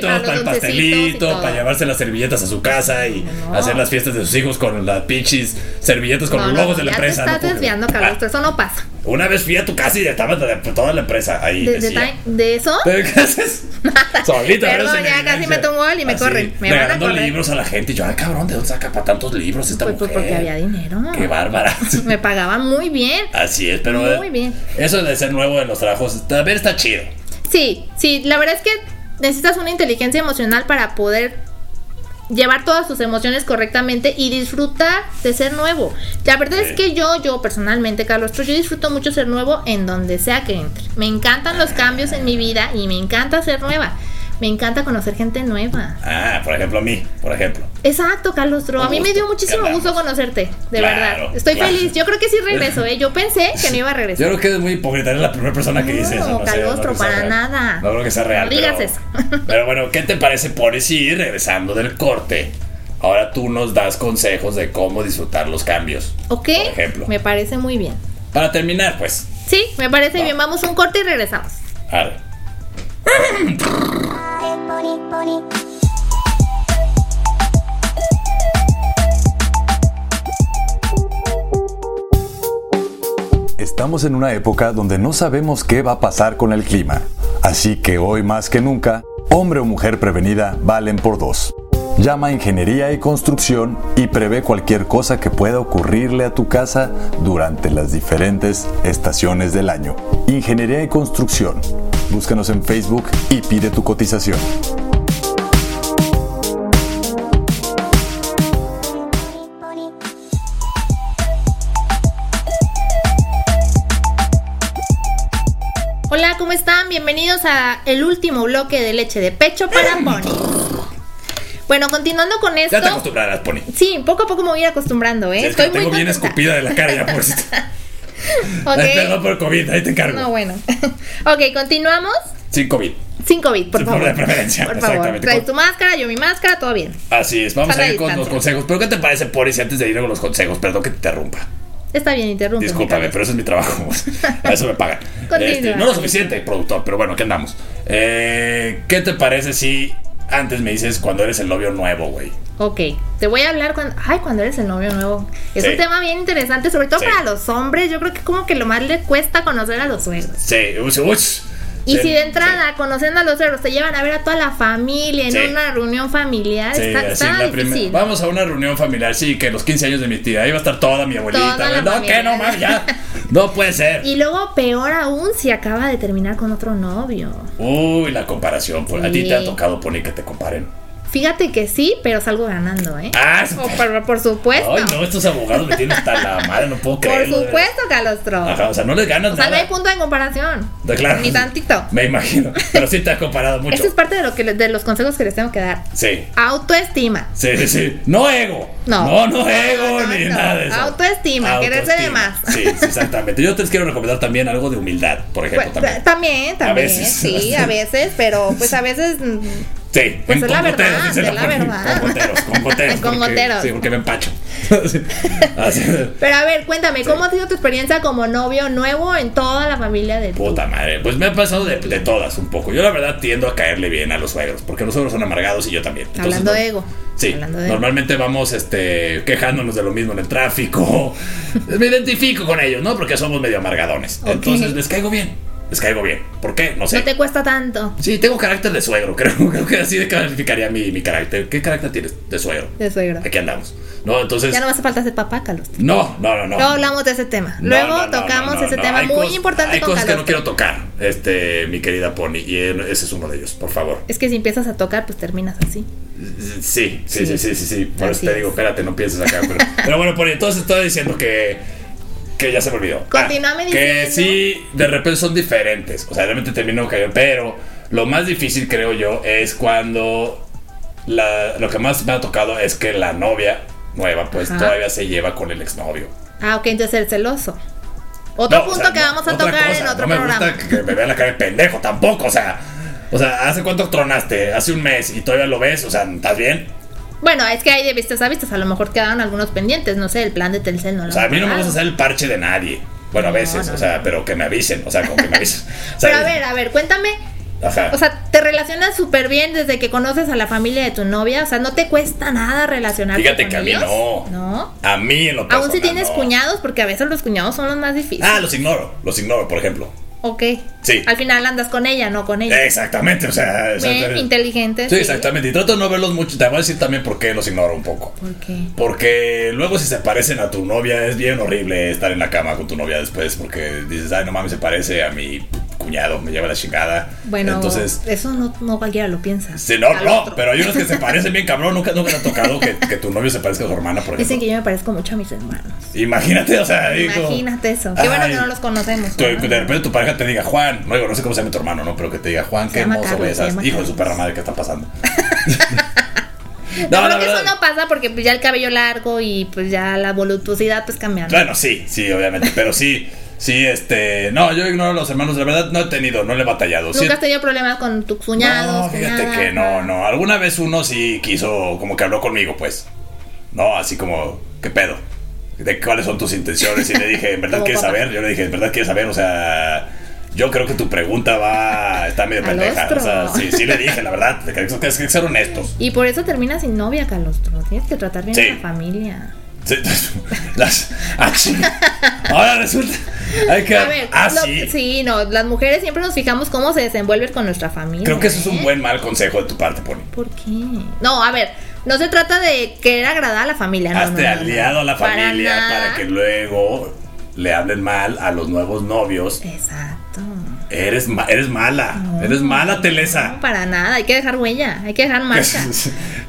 Speaker 3: dulcecitos,
Speaker 2: para los
Speaker 3: para, el
Speaker 2: dulcecitos y
Speaker 3: pastelito,
Speaker 2: todo.
Speaker 3: para llevarse las servilletas a su casa y
Speaker 2: No.
Speaker 3: hacer las fiestas de sus hijos con las pinches servilletas con
Speaker 2: No,
Speaker 3: los
Speaker 2: no,
Speaker 3: logos
Speaker 2: no,
Speaker 3: de la
Speaker 2: ya
Speaker 3: empresa.
Speaker 2: te
Speaker 3: no
Speaker 2: estás
Speaker 3: puedo creer.
Speaker 2: desviando, Carlos. Eso no pasa.
Speaker 3: Ah, una vez fui a tu casa y estaba toda toda la empresa ahí.
Speaker 2: De, de-
Speaker 3: decía.
Speaker 2: de
Speaker 3: (laughs)
Speaker 2: eso.
Speaker 3: ¿Pero qué haces? Solita,
Speaker 2: Perdón,
Speaker 3: ¿verdad?
Speaker 2: ya
Speaker 3: Se
Speaker 2: casi meto un gol y me
Speaker 3: Así,
Speaker 2: corren, me van a
Speaker 3: Ah, regalando
Speaker 2: correr.
Speaker 3: libros a la gente. Y yo, ah, cabrón, ¿de dónde saca para tantos libros esta
Speaker 2: Pues, pues,
Speaker 3: mujer?
Speaker 2: porque había dinero.
Speaker 3: Qué bárbara. (laughs)
Speaker 2: Me pagaban muy bien.
Speaker 3: Así es, pero. eh,
Speaker 2: Muy bien.
Speaker 3: Eso de ser nuevo de los trabajos también está chido.
Speaker 2: Sí, sí, la verdad es que necesitas una inteligencia emocional para poder llevar todas tus emociones correctamente y disfrutar de ser nuevo. La verdad es
Speaker 3: Sí.
Speaker 2: que yo, yo personalmente, Carlos, pues yo disfruto mucho ser nuevo en donde sea que entre. Me encantan los cambios en mi vida y me encanta ser nueva. Me encanta conocer gente nueva.
Speaker 3: Ah, por ejemplo, a mí, por ejemplo.
Speaker 2: Exacto, Carlos Tro.
Speaker 3: Un
Speaker 2: A mí me
Speaker 3: gusto,
Speaker 2: dio muchísimo
Speaker 3: carnal.
Speaker 2: gusto conocerte, de
Speaker 3: Claro,
Speaker 2: verdad. Estoy
Speaker 3: claro.
Speaker 2: feliz. Yo creo que sí regreso, ¿eh? Yo pensé que no iba a regresar.
Speaker 3: Yo creo que es muy hipócrita, eres la primera persona que dice eso.
Speaker 2: No,
Speaker 3: sé,
Speaker 2: Calostro,
Speaker 3: creo que sea
Speaker 2: para
Speaker 3: real.
Speaker 2: nada.
Speaker 3: No creo que sea
Speaker 2: No
Speaker 3: real.
Speaker 2: digas
Speaker 3: pero,
Speaker 2: eso.
Speaker 3: (laughs) Pero bueno, ¿qué te parece, por sí, regresando del corte? Ahora tú nos das consejos de cómo disfrutar los cambios.
Speaker 2: ¿Ok?
Speaker 3: Por ejemplo.
Speaker 2: Me parece muy bien.
Speaker 3: Para terminar, pues.
Speaker 2: Sí, me parece
Speaker 3: Va.
Speaker 2: bien. Vamos un corte y regresamos.
Speaker 3: Arre.
Speaker 5: Estamos en una época donde no sabemos qué va a pasar con el clima, así que hoy más que nunca, hombre o mujer prevenida valen por dos. Llama a Ingeniería y Construcción y prevé cualquier cosa que pueda ocurrirle a tu casa durante las diferentes estaciones del año. Ingeniería y Construcción. Búscanos en Facebook y pide tu cotización.
Speaker 2: Hola, ¿cómo están? Bienvenidos a el último bloque de leche de pecho para Pony. Bueno, continuando con
Speaker 3: Mm. Ya te
Speaker 2: esto.
Speaker 3: acostumbrarás, Pony.
Speaker 2: Sí, poco a poco me voy a ir acostumbrando, ¿eh?
Speaker 3: Es que la tengo bien escupida de la cara ya, por
Speaker 2: (laughs)
Speaker 3: si (laughs)
Speaker 2: Ok.
Speaker 3: Perdón por COVID, ahí te encargo.
Speaker 2: No, bueno. (laughs) ok, continuamos.
Speaker 3: Sin COVID.
Speaker 2: Sin COVID, por
Speaker 3: Sin
Speaker 2: favor.
Speaker 3: problema de preferencia,
Speaker 2: Por favor.
Speaker 3: exactamente.
Speaker 2: Trae tu máscara, yo mi máscara, todo bien.
Speaker 3: Así es, vamos
Speaker 2: Sana
Speaker 3: a ir con los
Speaker 2: distancia.
Speaker 3: consejos. Pero ¿qué te parece, Poris, antes de ir con los consejos? Perdón que te interrumpa.
Speaker 2: Está bien, interrumpe.
Speaker 3: Discúlpame, pero ese es mi trabajo. (laughs) a eso me pagan.
Speaker 2: Continúa.
Speaker 3: Este, no lo suficiente, productor, pero bueno, ¿qué andamos? Eh, ¿Qué te parece si antes me dices cuando eres el novio nuevo, güey?
Speaker 2: Ok, te voy a hablar cuando. Ay, cuando eres el novio nuevo. Es
Speaker 3: Sí.
Speaker 2: un tema bien interesante, sobre todo
Speaker 3: Sí.
Speaker 2: para los hombres. Yo creo que como que lo más les cuesta conocer a los suegros.
Speaker 3: Sí, uy, uy.
Speaker 2: Y
Speaker 3: Sí,
Speaker 2: si de entrada, conociendo a los suegros, te llevan a ver a toda la familia en
Speaker 3: Sí.
Speaker 2: una reunión familiar,
Speaker 3: sí, sí,
Speaker 2: está,
Speaker 3: así
Speaker 2: está
Speaker 3: la primer-
Speaker 2: difícil.
Speaker 3: Vamos a una reunión familiar, sí, que los 15 años de mi tía, ahí va a estar toda mi abuelita.
Speaker 2: Toda la
Speaker 3: no,
Speaker 2: familia.
Speaker 3: que no, mames, ya. No puede ser.
Speaker 2: Y luego, peor aún, si acaba de terminar con otro novio.
Speaker 3: Uy, la comparación. pues, A ti
Speaker 2: Sí.
Speaker 3: te ha tocado poner que te comparen.
Speaker 2: Fíjate que sí, pero salgo ganando, ¿eh?
Speaker 3: Ah,
Speaker 2: Oh, por, por supuesto.
Speaker 3: Ay, no, estos abogados me tienen hasta la madre, no puedo
Speaker 2: por
Speaker 3: creerlo. de verdad.
Speaker 2: supuesto, Calostro.
Speaker 3: Ajá, o sea, no les ganas
Speaker 2: O sea, no
Speaker 3: nada.
Speaker 2: hay punto de comparación.
Speaker 3: Da- claro.
Speaker 2: Ni tantito.
Speaker 3: Me imagino. Pero sí te has comparado mucho.
Speaker 2: Esto es parte de, lo que, de los consejos que les tengo que dar.
Speaker 3: Sí.
Speaker 2: Autoestima.
Speaker 3: Sí, sí, sí. No ego.
Speaker 2: No.
Speaker 3: No, no ego
Speaker 2: No, no,
Speaker 3: ni
Speaker 2: no.
Speaker 3: nada de eso.
Speaker 2: Autoestima, quererse de más.
Speaker 3: Sí, sí, exactamente. Yo te quiero recomendar también algo de humildad, por ejemplo.
Speaker 2: Pues,
Speaker 3: También.
Speaker 2: también,
Speaker 3: A
Speaker 2: también,
Speaker 3: veces.
Speaker 2: sí, a veces, pero pues a veces mm,
Speaker 3: Sí,
Speaker 2: Pues
Speaker 3: en
Speaker 2: es la
Speaker 3: congoteros,
Speaker 2: verdad,
Speaker 3: dicen
Speaker 2: es
Speaker 3: acá,
Speaker 2: la verdad.
Speaker 3: Congoteros,
Speaker 2: (laughs)
Speaker 3: congoteros.
Speaker 2: En
Speaker 3: porque-
Speaker 2: congoteros.
Speaker 3: Sí, porque me
Speaker 2: (laughs)
Speaker 3: empacho. (laughs) Así,
Speaker 2: Pero a ver, cuéntame, ¿cómo ha sido tu experiencia como novio nuevo en toda la familia de tu?
Speaker 3: Puta madre. Pues me ha pasado de, de todas un poco. Yo la verdad tiendo a caerle bien a los suegros, porque los suegros son amargados y yo también. Entonces,
Speaker 2: Hablando
Speaker 3: no-
Speaker 2: de ego.
Speaker 3: Sí,
Speaker 2: Hablando de
Speaker 3: normalmente vamos este, quejándonos de lo mismo en el tráfico. (laughs) Me identifico con ellos, ¿no? Porque somos medio amargadones.
Speaker 2: Ok.
Speaker 3: Entonces les caigo bien, les caigo bien. ¿Por qué? No sé.
Speaker 2: No te cuesta tanto
Speaker 3: Sí, tengo carácter de suegro, (laughs) creo, creo que así calificaría mi, mi carácter. ¿Qué carácter tienes de suegro?
Speaker 2: de suegro.
Speaker 3: Aquí andamos. No, entonces...
Speaker 2: Ya no hace falta ser papá, Carlos.
Speaker 3: No, no, no, no.
Speaker 2: Luego hablamos de ese tema.
Speaker 3: No,
Speaker 2: Luego
Speaker 3: no, no,
Speaker 2: tocamos
Speaker 3: no, no,
Speaker 2: ese
Speaker 3: no.
Speaker 2: tema
Speaker 3: Hay
Speaker 2: muy
Speaker 3: cos-
Speaker 2: importante
Speaker 3: Hay
Speaker 2: con
Speaker 3: cosas que
Speaker 2: Carlos.
Speaker 3: no quiero tocar, este, mi querida Pony, y en- ese es uno de ellos, por favor.
Speaker 2: Es que si empiezas a tocar, pues terminas así.
Speaker 3: Sí, sí, sí, sí, sí, sí. Por eso
Speaker 2: Así
Speaker 3: te
Speaker 2: es.
Speaker 3: digo, espérate, no pienses acá. Pero, pero bueno, Pony, entonces estaba diciendo que, que ya se me olvidó.
Speaker 2: Continúame
Speaker 3: Que
Speaker 2: diciendo.
Speaker 3: sí, de repente son diferentes. O sea, realmente terminó cayendo. Pero lo más difícil, creo yo, es cuando la- lo que más me ha tocado es que la novia nueva, pues
Speaker 2: Ajá.
Speaker 3: todavía se lleva con el exnovio.
Speaker 2: Ah, ok, entonces eres celoso. Otro
Speaker 3: No, o
Speaker 2: punto
Speaker 3: sea,
Speaker 2: que
Speaker 3: no,
Speaker 2: vamos a
Speaker 3: otra
Speaker 2: tocar
Speaker 3: cosa,
Speaker 2: en otro
Speaker 3: no me
Speaker 2: programa.
Speaker 3: gusta que me vea la cara de pendejo tampoco, o sea. O sea, ¿hace cuánto tronaste? ¿Hace un mes y todavía lo ves? O sea, ¿estás bien?
Speaker 2: Bueno, es que hay de vistas a vistas. A lo mejor quedaron algunos pendientes. No sé, el plan de Telcel no lo
Speaker 3: O sea, a mí no me
Speaker 2: han pagado.
Speaker 3: gusta hacer el parche de nadie. Bueno, a
Speaker 2: No,
Speaker 3: veces,
Speaker 2: no,
Speaker 3: o sea, pero que me avisen, o sea, con que
Speaker 2: (laughs)
Speaker 3: me avisen. O sea,
Speaker 2: Pero a ver, a ver, cuéntame
Speaker 3: ajá.
Speaker 2: O sea, te relacionas súper bien desde que conoces a la familia de tu novia. O sea, no te cuesta nada relacionarte
Speaker 3: Fíjate
Speaker 2: con
Speaker 3: que a mí
Speaker 2: ellos?
Speaker 3: no.
Speaker 2: No.
Speaker 3: a mí en lo personal.
Speaker 2: Aún si tienes
Speaker 3: no.
Speaker 2: cuñados, porque a veces los cuñados son los más difíciles.
Speaker 3: Ah, los ignoro, los ignoro, por ejemplo.
Speaker 2: Ok.
Speaker 3: Sí.
Speaker 2: Al final andas con ella, no con ella.
Speaker 3: Exactamente, o sea.
Speaker 2: Bien,
Speaker 3: exactamente.
Speaker 2: inteligente.
Speaker 3: Sí, exactamente. Y trato de no verlos mucho. Te voy a decir también por qué los ignoro un poco.
Speaker 2: ¿Por qué?
Speaker 3: Porque luego si se parecen a tu novia es bien horrible estar en la cama con tu novia después porque dices, ay, no mames, se parece a mi cuñado, me lleva la chingada.
Speaker 2: Bueno,
Speaker 3: entonces...
Speaker 2: eso no, no cualquiera lo piensa.
Speaker 3: Sí, no,
Speaker 2: Al
Speaker 3: no,
Speaker 2: otro.
Speaker 3: pero hay unos que se parecen bien cabrón, nunca, nunca te ha tocado que, que tu novio se parezca a su hermana, por
Speaker 2: Dicen
Speaker 3: ejemplo.
Speaker 2: que yo me parezco mucho a mis hermanos.
Speaker 3: Imagínate, o sea, digo,
Speaker 2: Imagínate eso. Qué bueno
Speaker 3: ay,
Speaker 2: que no los conocemos.
Speaker 3: tu-
Speaker 2: ¿no?
Speaker 3: de repente tu pareja te diga, Juan, no digo, no sé cómo se llama tu hermano, ¿no? Pero que te diga, Juan, qué
Speaker 2: llama
Speaker 3: hermoso
Speaker 2: Carlos, se
Speaker 3: besas.
Speaker 2: llama
Speaker 3: Hijo de su
Speaker 2: Carlos.
Speaker 3: perra madre, ¿qué está pasando?
Speaker 2: (laughs)
Speaker 3: (laughs)
Speaker 2: No,
Speaker 3: la
Speaker 2: creo que eso
Speaker 3: verdad-
Speaker 2: no pasa porque pues, ya el cabello largo y pues ya la voluptuosidad pues cambia. ¿no?
Speaker 3: Bueno, sí, sí, obviamente, pero sí, sí, este, no, yo ignoro a los hermanos, la verdad no he tenido, no le he batallado. sí-
Speaker 2: ¿Nunca has tenido problemas con tus cuñados?
Speaker 3: no, fíjate
Speaker 2: cuñadas?
Speaker 3: que no, no, alguna vez uno sí quiso, como que habló conmigo, pues, no, así como, ¿qué pedo? ¿De cuáles son tus intenciones? Y le dije, ¿en
Speaker 2: (laughs)
Speaker 3: verdad
Speaker 2: Como
Speaker 3: quieres
Speaker 2: papá.
Speaker 3: saber? Yo le dije, ¿en verdad quieres saber? O sea, yo creo que tu pregunta va, está medio
Speaker 2: Al
Speaker 3: pendeja, o sea,
Speaker 2: ostro.
Speaker 3: sí, sí le dije, la verdad, que hay que ser honestos.
Speaker 2: Y por eso terminas sin novia, Calostro. Tienes que tratar bien
Speaker 3: Sí.
Speaker 2: a la familia.
Speaker 3: Sí, (laughs) las, ah, chinga. Ahora resulta, hay que,
Speaker 2: A ver,
Speaker 3: ah,
Speaker 2: lo-
Speaker 3: sí.
Speaker 2: no, las mujeres siempre nos fijamos cómo se desenvuelven con nuestra familia.
Speaker 3: Creo que eso es
Speaker 2: ¿eh?
Speaker 3: un buen mal consejo de tu parte, Pony.
Speaker 2: ¿Por qué? No, a ver, no se trata de querer agradar a la familia. no,
Speaker 3: Hazte
Speaker 2: no, no, no.
Speaker 3: aliado a la
Speaker 2: Para
Speaker 3: familia para,
Speaker 2: nada.
Speaker 3: que luego le hablen mal a los nuevos novios.
Speaker 2: Eh. Exacto.
Speaker 3: Eres, ma- eres mala, eres mala, Telesa.
Speaker 2: No, para nada, hay que dejar huella, hay que dejar
Speaker 3: (laughs)
Speaker 2: marca.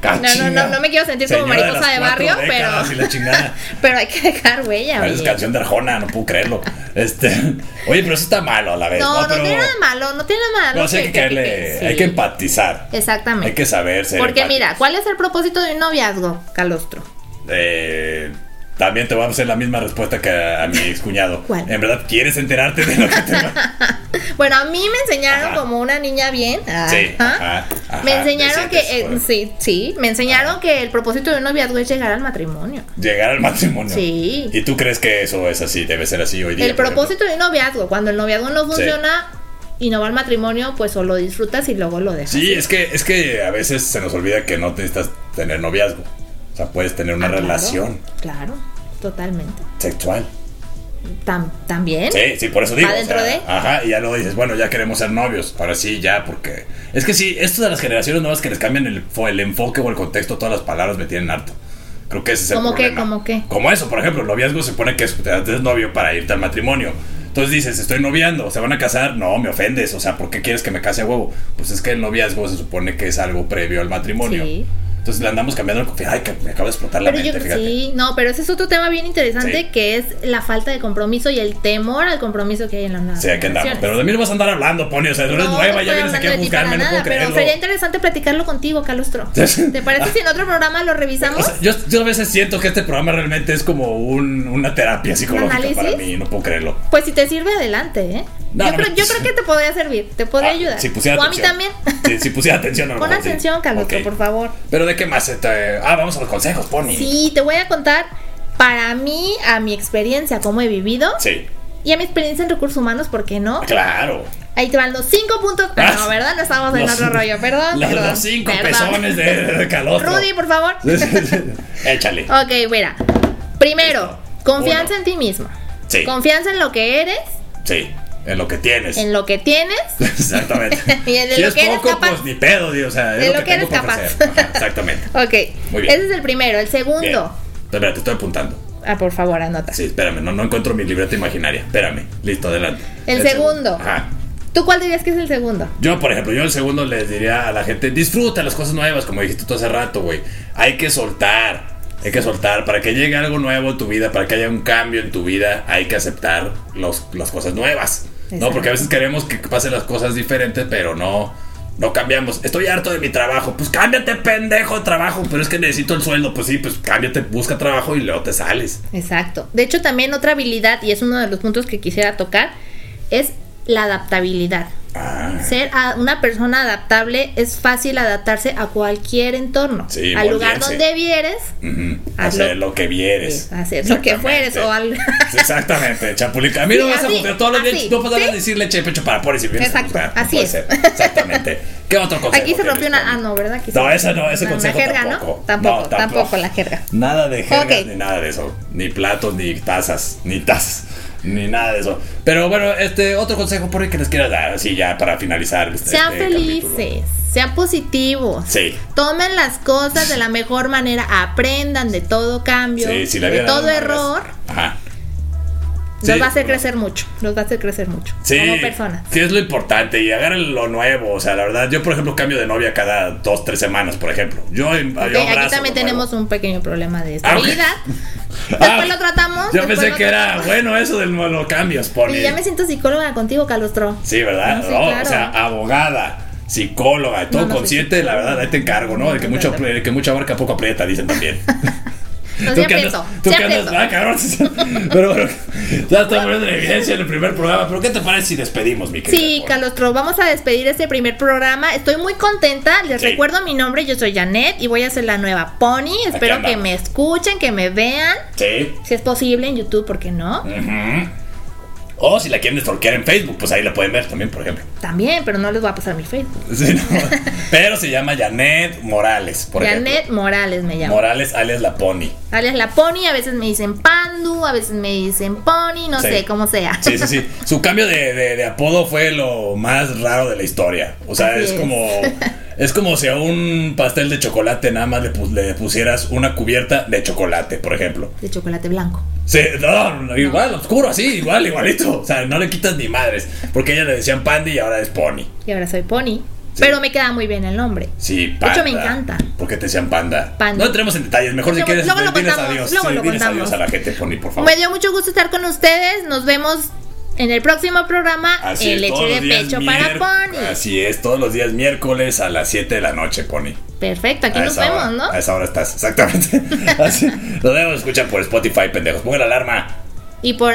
Speaker 3: Ah,
Speaker 2: No, no,
Speaker 3: chinga.
Speaker 2: no, no me quiero sentir como
Speaker 3: Señora
Speaker 2: mariposa
Speaker 3: las
Speaker 2: de
Speaker 3: cuatro
Speaker 2: barrio,
Speaker 3: décadas
Speaker 2: pero-
Speaker 3: y
Speaker 2: (laughs)
Speaker 3: la chingada.
Speaker 2: Pero hay que dejar huella,
Speaker 3: Pareces
Speaker 2: oye.
Speaker 3: canción de Arjona, no puedo creerlo. Este, oye, pero eso está malo a la vez.
Speaker 2: No, no,
Speaker 3: pero,
Speaker 2: tiene nada de malo, no tiene nada de malo.
Speaker 3: pero sí hay que caerle,
Speaker 2: sí.
Speaker 3: hay que empatizar.
Speaker 2: Exactamente.
Speaker 3: Hay que saber ser
Speaker 2: Porque
Speaker 3: empáticos.
Speaker 2: mira, ¿cuál es el propósito de un noviazgo, Calostro?
Speaker 3: Eh, también te voy a hacer la misma respuesta que a, a mi excuñado.
Speaker 2: (laughs) ¿Cuál?
Speaker 3: ¿En verdad quieres enterarte de lo que te va?
Speaker 2: Bueno, a mí me enseñaron
Speaker 3: Ajá.
Speaker 2: como una niña bien.
Speaker 3: Sí,
Speaker 2: ajá,
Speaker 3: ajá, ajá,
Speaker 2: me enseñaron
Speaker 3: te sientes,
Speaker 2: que eh,
Speaker 3: joder.
Speaker 2: sí, sí, me enseñaron que el propósito de un noviazgo es llegar al matrimonio.
Speaker 3: Llegar al matrimonio.
Speaker 2: Sí.
Speaker 3: ¿Y tú crees que eso es así? Debe ser así hoy día.
Speaker 2: el
Speaker 3: por ejemplo?
Speaker 2: propósito de un noviazgo, cuando el noviazgo no funciona y no va al matrimonio, pues o lo disfrutas y luego lo dejas.
Speaker 3: Sí, es que, es que a veces se nos olvida que no necesitas tener noviazgo. O sea, puedes tener una
Speaker 2: Ah, claro,
Speaker 3: relación
Speaker 2: Claro, totalmente.
Speaker 3: sexual.
Speaker 2: Tam- también.
Speaker 3: Sí, sí, por eso digo.
Speaker 2: ¿Va dentro de?
Speaker 3: Ajá, y ya luego dices, bueno, ya queremos ser novios. Ahora sí, ya, porque. Es que sí, esto de las generaciones nuevas que les cambian el, fo- el enfoque o el contexto, a todas las palabras me tienen harto. Creo que ese es el
Speaker 2: ¿Cómo qué?
Speaker 3: problema.
Speaker 2: ¿Cómo qué?
Speaker 3: Como eso, por ejemplo, el noviazgo se supone que es, te haces novio para irte al matrimonio. Entonces dices, estoy noviando, ¿se van a casar? No, me ofendes, o sea, ¿por qué quieres que me case a huevo? Pues es que el noviazgo se supone que es algo previo al matrimonio.
Speaker 2: Sí.
Speaker 3: Entonces le andamos cambiando el confi- Ay, que me acaba de explotar la
Speaker 2: Pero yo-
Speaker 3: mente, fíjate.
Speaker 2: sí, no, pero ese es otro tema bien interesante
Speaker 3: Sí.
Speaker 2: que es la falta de compromiso y el temor al compromiso que hay en las nuevas
Speaker 3: Sí, aquí andamos.
Speaker 2: generaciones.
Speaker 3: Pero de mí no vas a andar hablando, Pony. O sea, tú eres
Speaker 2: No,
Speaker 3: nueva,
Speaker 2: no
Speaker 3: ya
Speaker 2: estoy
Speaker 3: vienes aquí a
Speaker 2: hablando de ti para
Speaker 3: buscarme, no puedo
Speaker 2: nada,
Speaker 3: creerlo.
Speaker 2: Pero sería interesante platicarlo contigo,
Speaker 3: (laughs)
Speaker 2: Calostro. ¿Te parece si en otro programa lo
Speaker 3: O
Speaker 2: revisamos?
Speaker 3: sea, yo, yo a veces siento que este programa realmente es como un- una terapia psicológica
Speaker 2: ¿Análisis?
Speaker 3: para mí, no puedo creerlo.
Speaker 2: Pues si te sirve, adelante, ¿eh?
Speaker 3: No,
Speaker 2: yo,
Speaker 3: no,
Speaker 2: creo,
Speaker 3: no,
Speaker 2: yo
Speaker 3: sí.
Speaker 2: creo que te podría servir, te podría
Speaker 3: Ah,
Speaker 2: ayudar.
Speaker 3: Si pusiera
Speaker 2: o a mí
Speaker 3: atención.
Speaker 2: también.
Speaker 3: Sí, si pusiera atención, a
Speaker 2: (laughs)
Speaker 3: lo
Speaker 2: Pon
Speaker 3: mejor sí.
Speaker 2: atención, Calostro,
Speaker 3: Ok.
Speaker 2: por favor.
Speaker 3: Pero de qué más. se te- Ah, vamos a los consejos, Pony.
Speaker 2: Sí, te voy a contar para mí, a mi experiencia, cómo he vivido
Speaker 3: Sí,
Speaker 2: y a mi experiencia en recursos humanos, ¿por qué no?
Speaker 3: claro.
Speaker 2: Ahí te van los cinco puntos. Ah, no, ¿verdad? No estamos en
Speaker 3: Los-
Speaker 2: otro rollo, perdón.
Speaker 3: (laughs) Los,
Speaker 2: perdón,
Speaker 3: los cinco
Speaker 2: perdón.
Speaker 3: pezones de, de calostro. (laughs)
Speaker 2: Rudy, por favor.
Speaker 3: Échale.
Speaker 2: ok, mira. Primero,
Speaker 3: Listo.
Speaker 2: confianza
Speaker 3: Uno.
Speaker 2: en ti mismo.
Speaker 3: Sí.
Speaker 2: Confianza en lo que eres,
Speaker 3: Sí, en lo que tienes.
Speaker 2: en lo que tienes.
Speaker 3: Exactamente.
Speaker 2: (laughs) Y de
Speaker 3: si
Speaker 2: lo
Speaker 3: es
Speaker 2: que eres
Speaker 3: poco,
Speaker 2: capaz.
Speaker 3: pues ni pedo, Dios. O sea, es
Speaker 2: De
Speaker 3: lo,
Speaker 2: lo
Speaker 3: que,
Speaker 2: que eres
Speaker 3: tengo para
Speaker 2: capaz.
Speaker 3: ofrecer. Ajá, exactamente.
Speaker 2: (laughs) Ok.
Speaker 3: Muy bien.
Speaker 2: Ese es el primero. El
Speaker 3: Bien.
Speaker 2: segundo.
Speaker 3: Espérate, estoy apuntando.
Speaker 2: Ah, por favor, anota.
Speaker 3: Sí, espérame, no, no encuentro mi libreta imaginaria. Espérame, listo, adelante.
Speaker 2: El segundo.
Speaker 3: Ajá.
Speaker 2: ¿Tú cuál dirías que es el segundo?
Speaker 3: Yo, por ejemplo, yo el segundo les diría a la gente, disfruta las cosas nuevas, como dijiste tú hace rato, güey. Hay que soltar, hay que soltar. Para que llegue algo nuevo en tu vida, para que haya un cambio en tu vida, hay que aceptar los, las cosas nuevas. No,
Speaker 2: Exacto.
Speaker 3: porque a veces queremos que pasen las cosas diferentes, pero no. No cambiamos. Estoy harto de mi trabajo. Pues cámbiate, pendejo, trabajo. Pero es que necesito el sueldo. Pues sí, pues cámbiate, busca trabajo y luego te sales.
Speaker 2: Exacto. De hecho, también otra habilidad, y es uno de los puntos que quisiera tocar, es la adaptabilidad.
Speaker 3: Ah.
Speaker 2: Ser a- una persona adaptable es fácil adaptarse a cualquier entorno.
Speaker 3: Sí,
Speaker 2: al lugar
Speaker 3: moldearse.
Speaker 2: donde vieres,
Speaker 3: Ujú,
Speaker 2: Hazlo.
Speaker 3: Hacer lo que vieres.
Speaker 2: Sí, hacer lo que fueres, o al-
Speaker 3: (laughs) Exactamente, chapulica. A mí no
Speaker 2: Sí,
Speaker 3: vas a
Speaker 2: así,
Speaker 3: juzgar todas las
Speaker 2: así,
Speaker 3: leches. No podrás
Speaker 2: ¿sí?
Speaker 3: decir leche de pecho para pobres y vienes a
Speaker 2: Exacto,
Speaker 3: juzgar, no
Speaker 2: así
Speaker 3: puede
Speaker 2: es.
Speaker 3: ser. Exactamente. ¿Qué otro consejo?
Speaker 2: aquí se
Speaker 3: tienes,
Speaker 2: rompió una.
Speaker 3: Tony?
Speaker 2: Ah, no, ¿verdad? Que
Speaker 3: No,
Speaker 2: sí.
Speaker 3: esa no,
Speaker 2: Una-
Speaker 3: ese
Speaker 2: una
Speaker 3: consejo
Speaker 2: jerga,
Speaker 3: tampoco.
Speaker 2: ¿no? Tampoco,
Speaker 3: No,
Speaker 2: tampoco,
Speaker 3: tampoco. Este
Speaker 2: la jerga.
Speaker 3: Nada de jergas
Speaker 2: Ok.
Speaker 3: ni nada de eso. Ni platos, ni tazas, ni tazas, ni nada de eso. Pero bueno, este otro consejo por ahí que les quieras dar, así ya para finalizar. Este,
Speaker 2: Sean
Speaker 3: este
Speaker 2: felices,
Speaker 3: capítulo.
Speaker 2: sean positivos.
Speaker 3: Sí.
Speaker 2: Tomen las cosas de la mejor manera, aprendan de todo cambio,
Speaker 3: Sí, si le
Speaker 2: de
Speaker 3: hubieran dado
Speaker 2: todo
Speaker 3: una
Speaker 2: error,
Speaker 3: res- Ajá.
Speaker 2: los
Speaker 3: Sí,
Speaker 2: va a hacer
Speaker 3: pero-
Speaker 2: crecer mucho, los va a hacer crecer mucho
Speaker 3: Sí,
Speaker 2: como personas.
Speaker 3: sí es lo importante y agarren lo nuevo. O sea, la verdad, yo por ejemplo cambio de novia cada dos, tres semanas, por ejemplo. Yo, em, yo
Speaker 2: Ok, aquí
Speaker 3: abrazo
Speaker 2: también
Speaker 3: lo nuevo.
Speaker 2: tenemos un pequeño problema de
Speaker 3: Ah, ok.
Speaker 2: estabilidad.
Speaker 3: (laughs) Ah,
Speaker 2: Después lo tratamos.
Speaker 3: Yo
Speaker 2: después
Speaker 3: pensé
Speaker 2: lo
Speaker 3: que era
Speaker 2: tratamos.
Speaker 3: bueno eso del los cambios, Pony.
Speaker 2: Y ya me siento psicóloga contigo, Calostro.
Speaker 3: Sí, ¿verdad?
Speaker 2: Ah, sí,
Speaker 3: No, O
Speaker 2: claro.
Speaker 3: sea, abogada, psicóloga, todo
Speaker 2: No, no soy
Speaker 3: consciente, la verdad, ahí te encargo, ¿no? El que,
Speaker 2: No,
Speaker 3: mucho,
Speaker 2: no, no.
Speaker 3: el que mucho abarca poco aprieta,
Speaker 2: (laughs)
Speaker 3: dicen también.
Speaker 2: No, sí
Speaker 3: que
Speaker 2: aprieto,
Speaker 3: andas- tú
Speaker 2: sí
Speaker 3: que andas-
Speaker 2: aprieto.
Speaker 3: ah, cabrón. Pero bueno, ya estamos poniendo en evidencia en el primer programa. Pero ¿qué te parece si despedimos, mi querida?
Speaker 2: Sí,
Speaker 3: Pony?
Speaker 2: Calostro, vamos a despedir este primer programa. Estoy muy contenta. Les
Speaker 3: Sí.
Speaker 2: recuerdo mi nombre, yo soy Janet y voy a ser la nueva Pony. Espero que
Speaker 3: andamos.
Speaker 2: me escuchen, que me vean.
Speaker 3: Sí.
Speaker 2: Si es posible en YouTube, ¿por qué no?
Speaker 3: Mm. Ujú. O si la quieren stalkear en Facebook, pues ahí la pueden ver también, por ejemplo. (laughs)
Speaker 2: También, pero no les voy a pasar mi Facebook. (laughs)
Speaker 3: Sí, ¿no? Pero se llama Janet Morales, por
Speaker 2: Janet
Speaker 3: ejemplo.
Speaker 2: Morales me llama.
Speaker 3: Morales alias la Pony.
Speaker 2: Alias la Pony, a veces me dicen Pandu, a veces me dicen Pony, no
Speaker 3: Sí.
Speaker 2: sé, como sea.
Speaker 3: Sí, sí, sí. Su cambio de, de- de apodo fue lo más raro de la historia. O sea,
Speaker 2: Así
Speaker 3: es,
Speaker 2: es. (laughs)
Speaker 3: como. Es como si a un pastel de chocolate nada más le, pus- le pusieras una cubierta de chocolate, por ejemplo.
Speaker 2: (laughs) De chocolate blanco.
Speaker 3: Sí, no, igual, oscuro, así, igual, igualito. O sea, no le quitas ni madres. Porque ella le decían Pandy y ahora es Pony.
Speaker 2: Y ahora soy Pony. Pero me queda muy bien el nombre.
Speaker 3: Sí,
Speaker 2: De
Speaker 3: panda.
Speaker 2: hecho, me encanta.
Speaker 3: ¿Por qué te decían panda?
Speaker 2: Panda.
Speaker 3: No entremos en detalles. Mejor si
Speaker 2: Luego-
Speaker 3: quieres,
Speaker 2: luego lo
Speaker 3: diles
Speaker 2: contamos,
Speaker 3: adiós.
Speaker 2: luego
Speaker 3: Sí,
Speaker 2: lo
Speaker 3: diles
Speaker 2: contamos.
Speaker 3: adiós a la gente, Pony, por favor.
Speaker 2: Me dio mucho gusto estar con ustedes. Nos vemos en el próximo programa.
Speaker 3: Así
Speaker 2: el
Speaker 3: es,
Speaker 2: leche
Speaker 3: todos
Speaker 2: eh, de
Speaker 3: los días
Speaker 2: pecho para
Speaker 3: mier-
Speaker 2: Pony.
Speaker 3: Así es, todos los días miércoles a las 7 de la noche, Pony.
Speaker 2: Perfecto, aquí
Speaker 3: A
Speaker 2: nos
Speaker 3: esa
Speaker 2: vemos,
Speaker 3: hora-
Speaker 2: ¿no?
Speaker 3: A esa hora estás, exactamente. (laughs) Así, nos vemos, escuchan por Spotify, pendejos. Pongan la alarma.
Speaker 2: Y por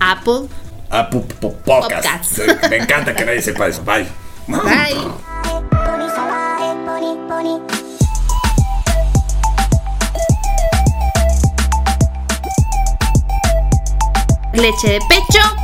Speaker 2: Apple.
Speaker 3: A pu- pu- podcast.
Speaker 2: Podcast.
Speaker 3: Sí, Me encanta que nadie sepa eso. Bye.
Speaker 2: Bye.
Speaker 1: pony, pony.
Speaker 2: Leche de pecho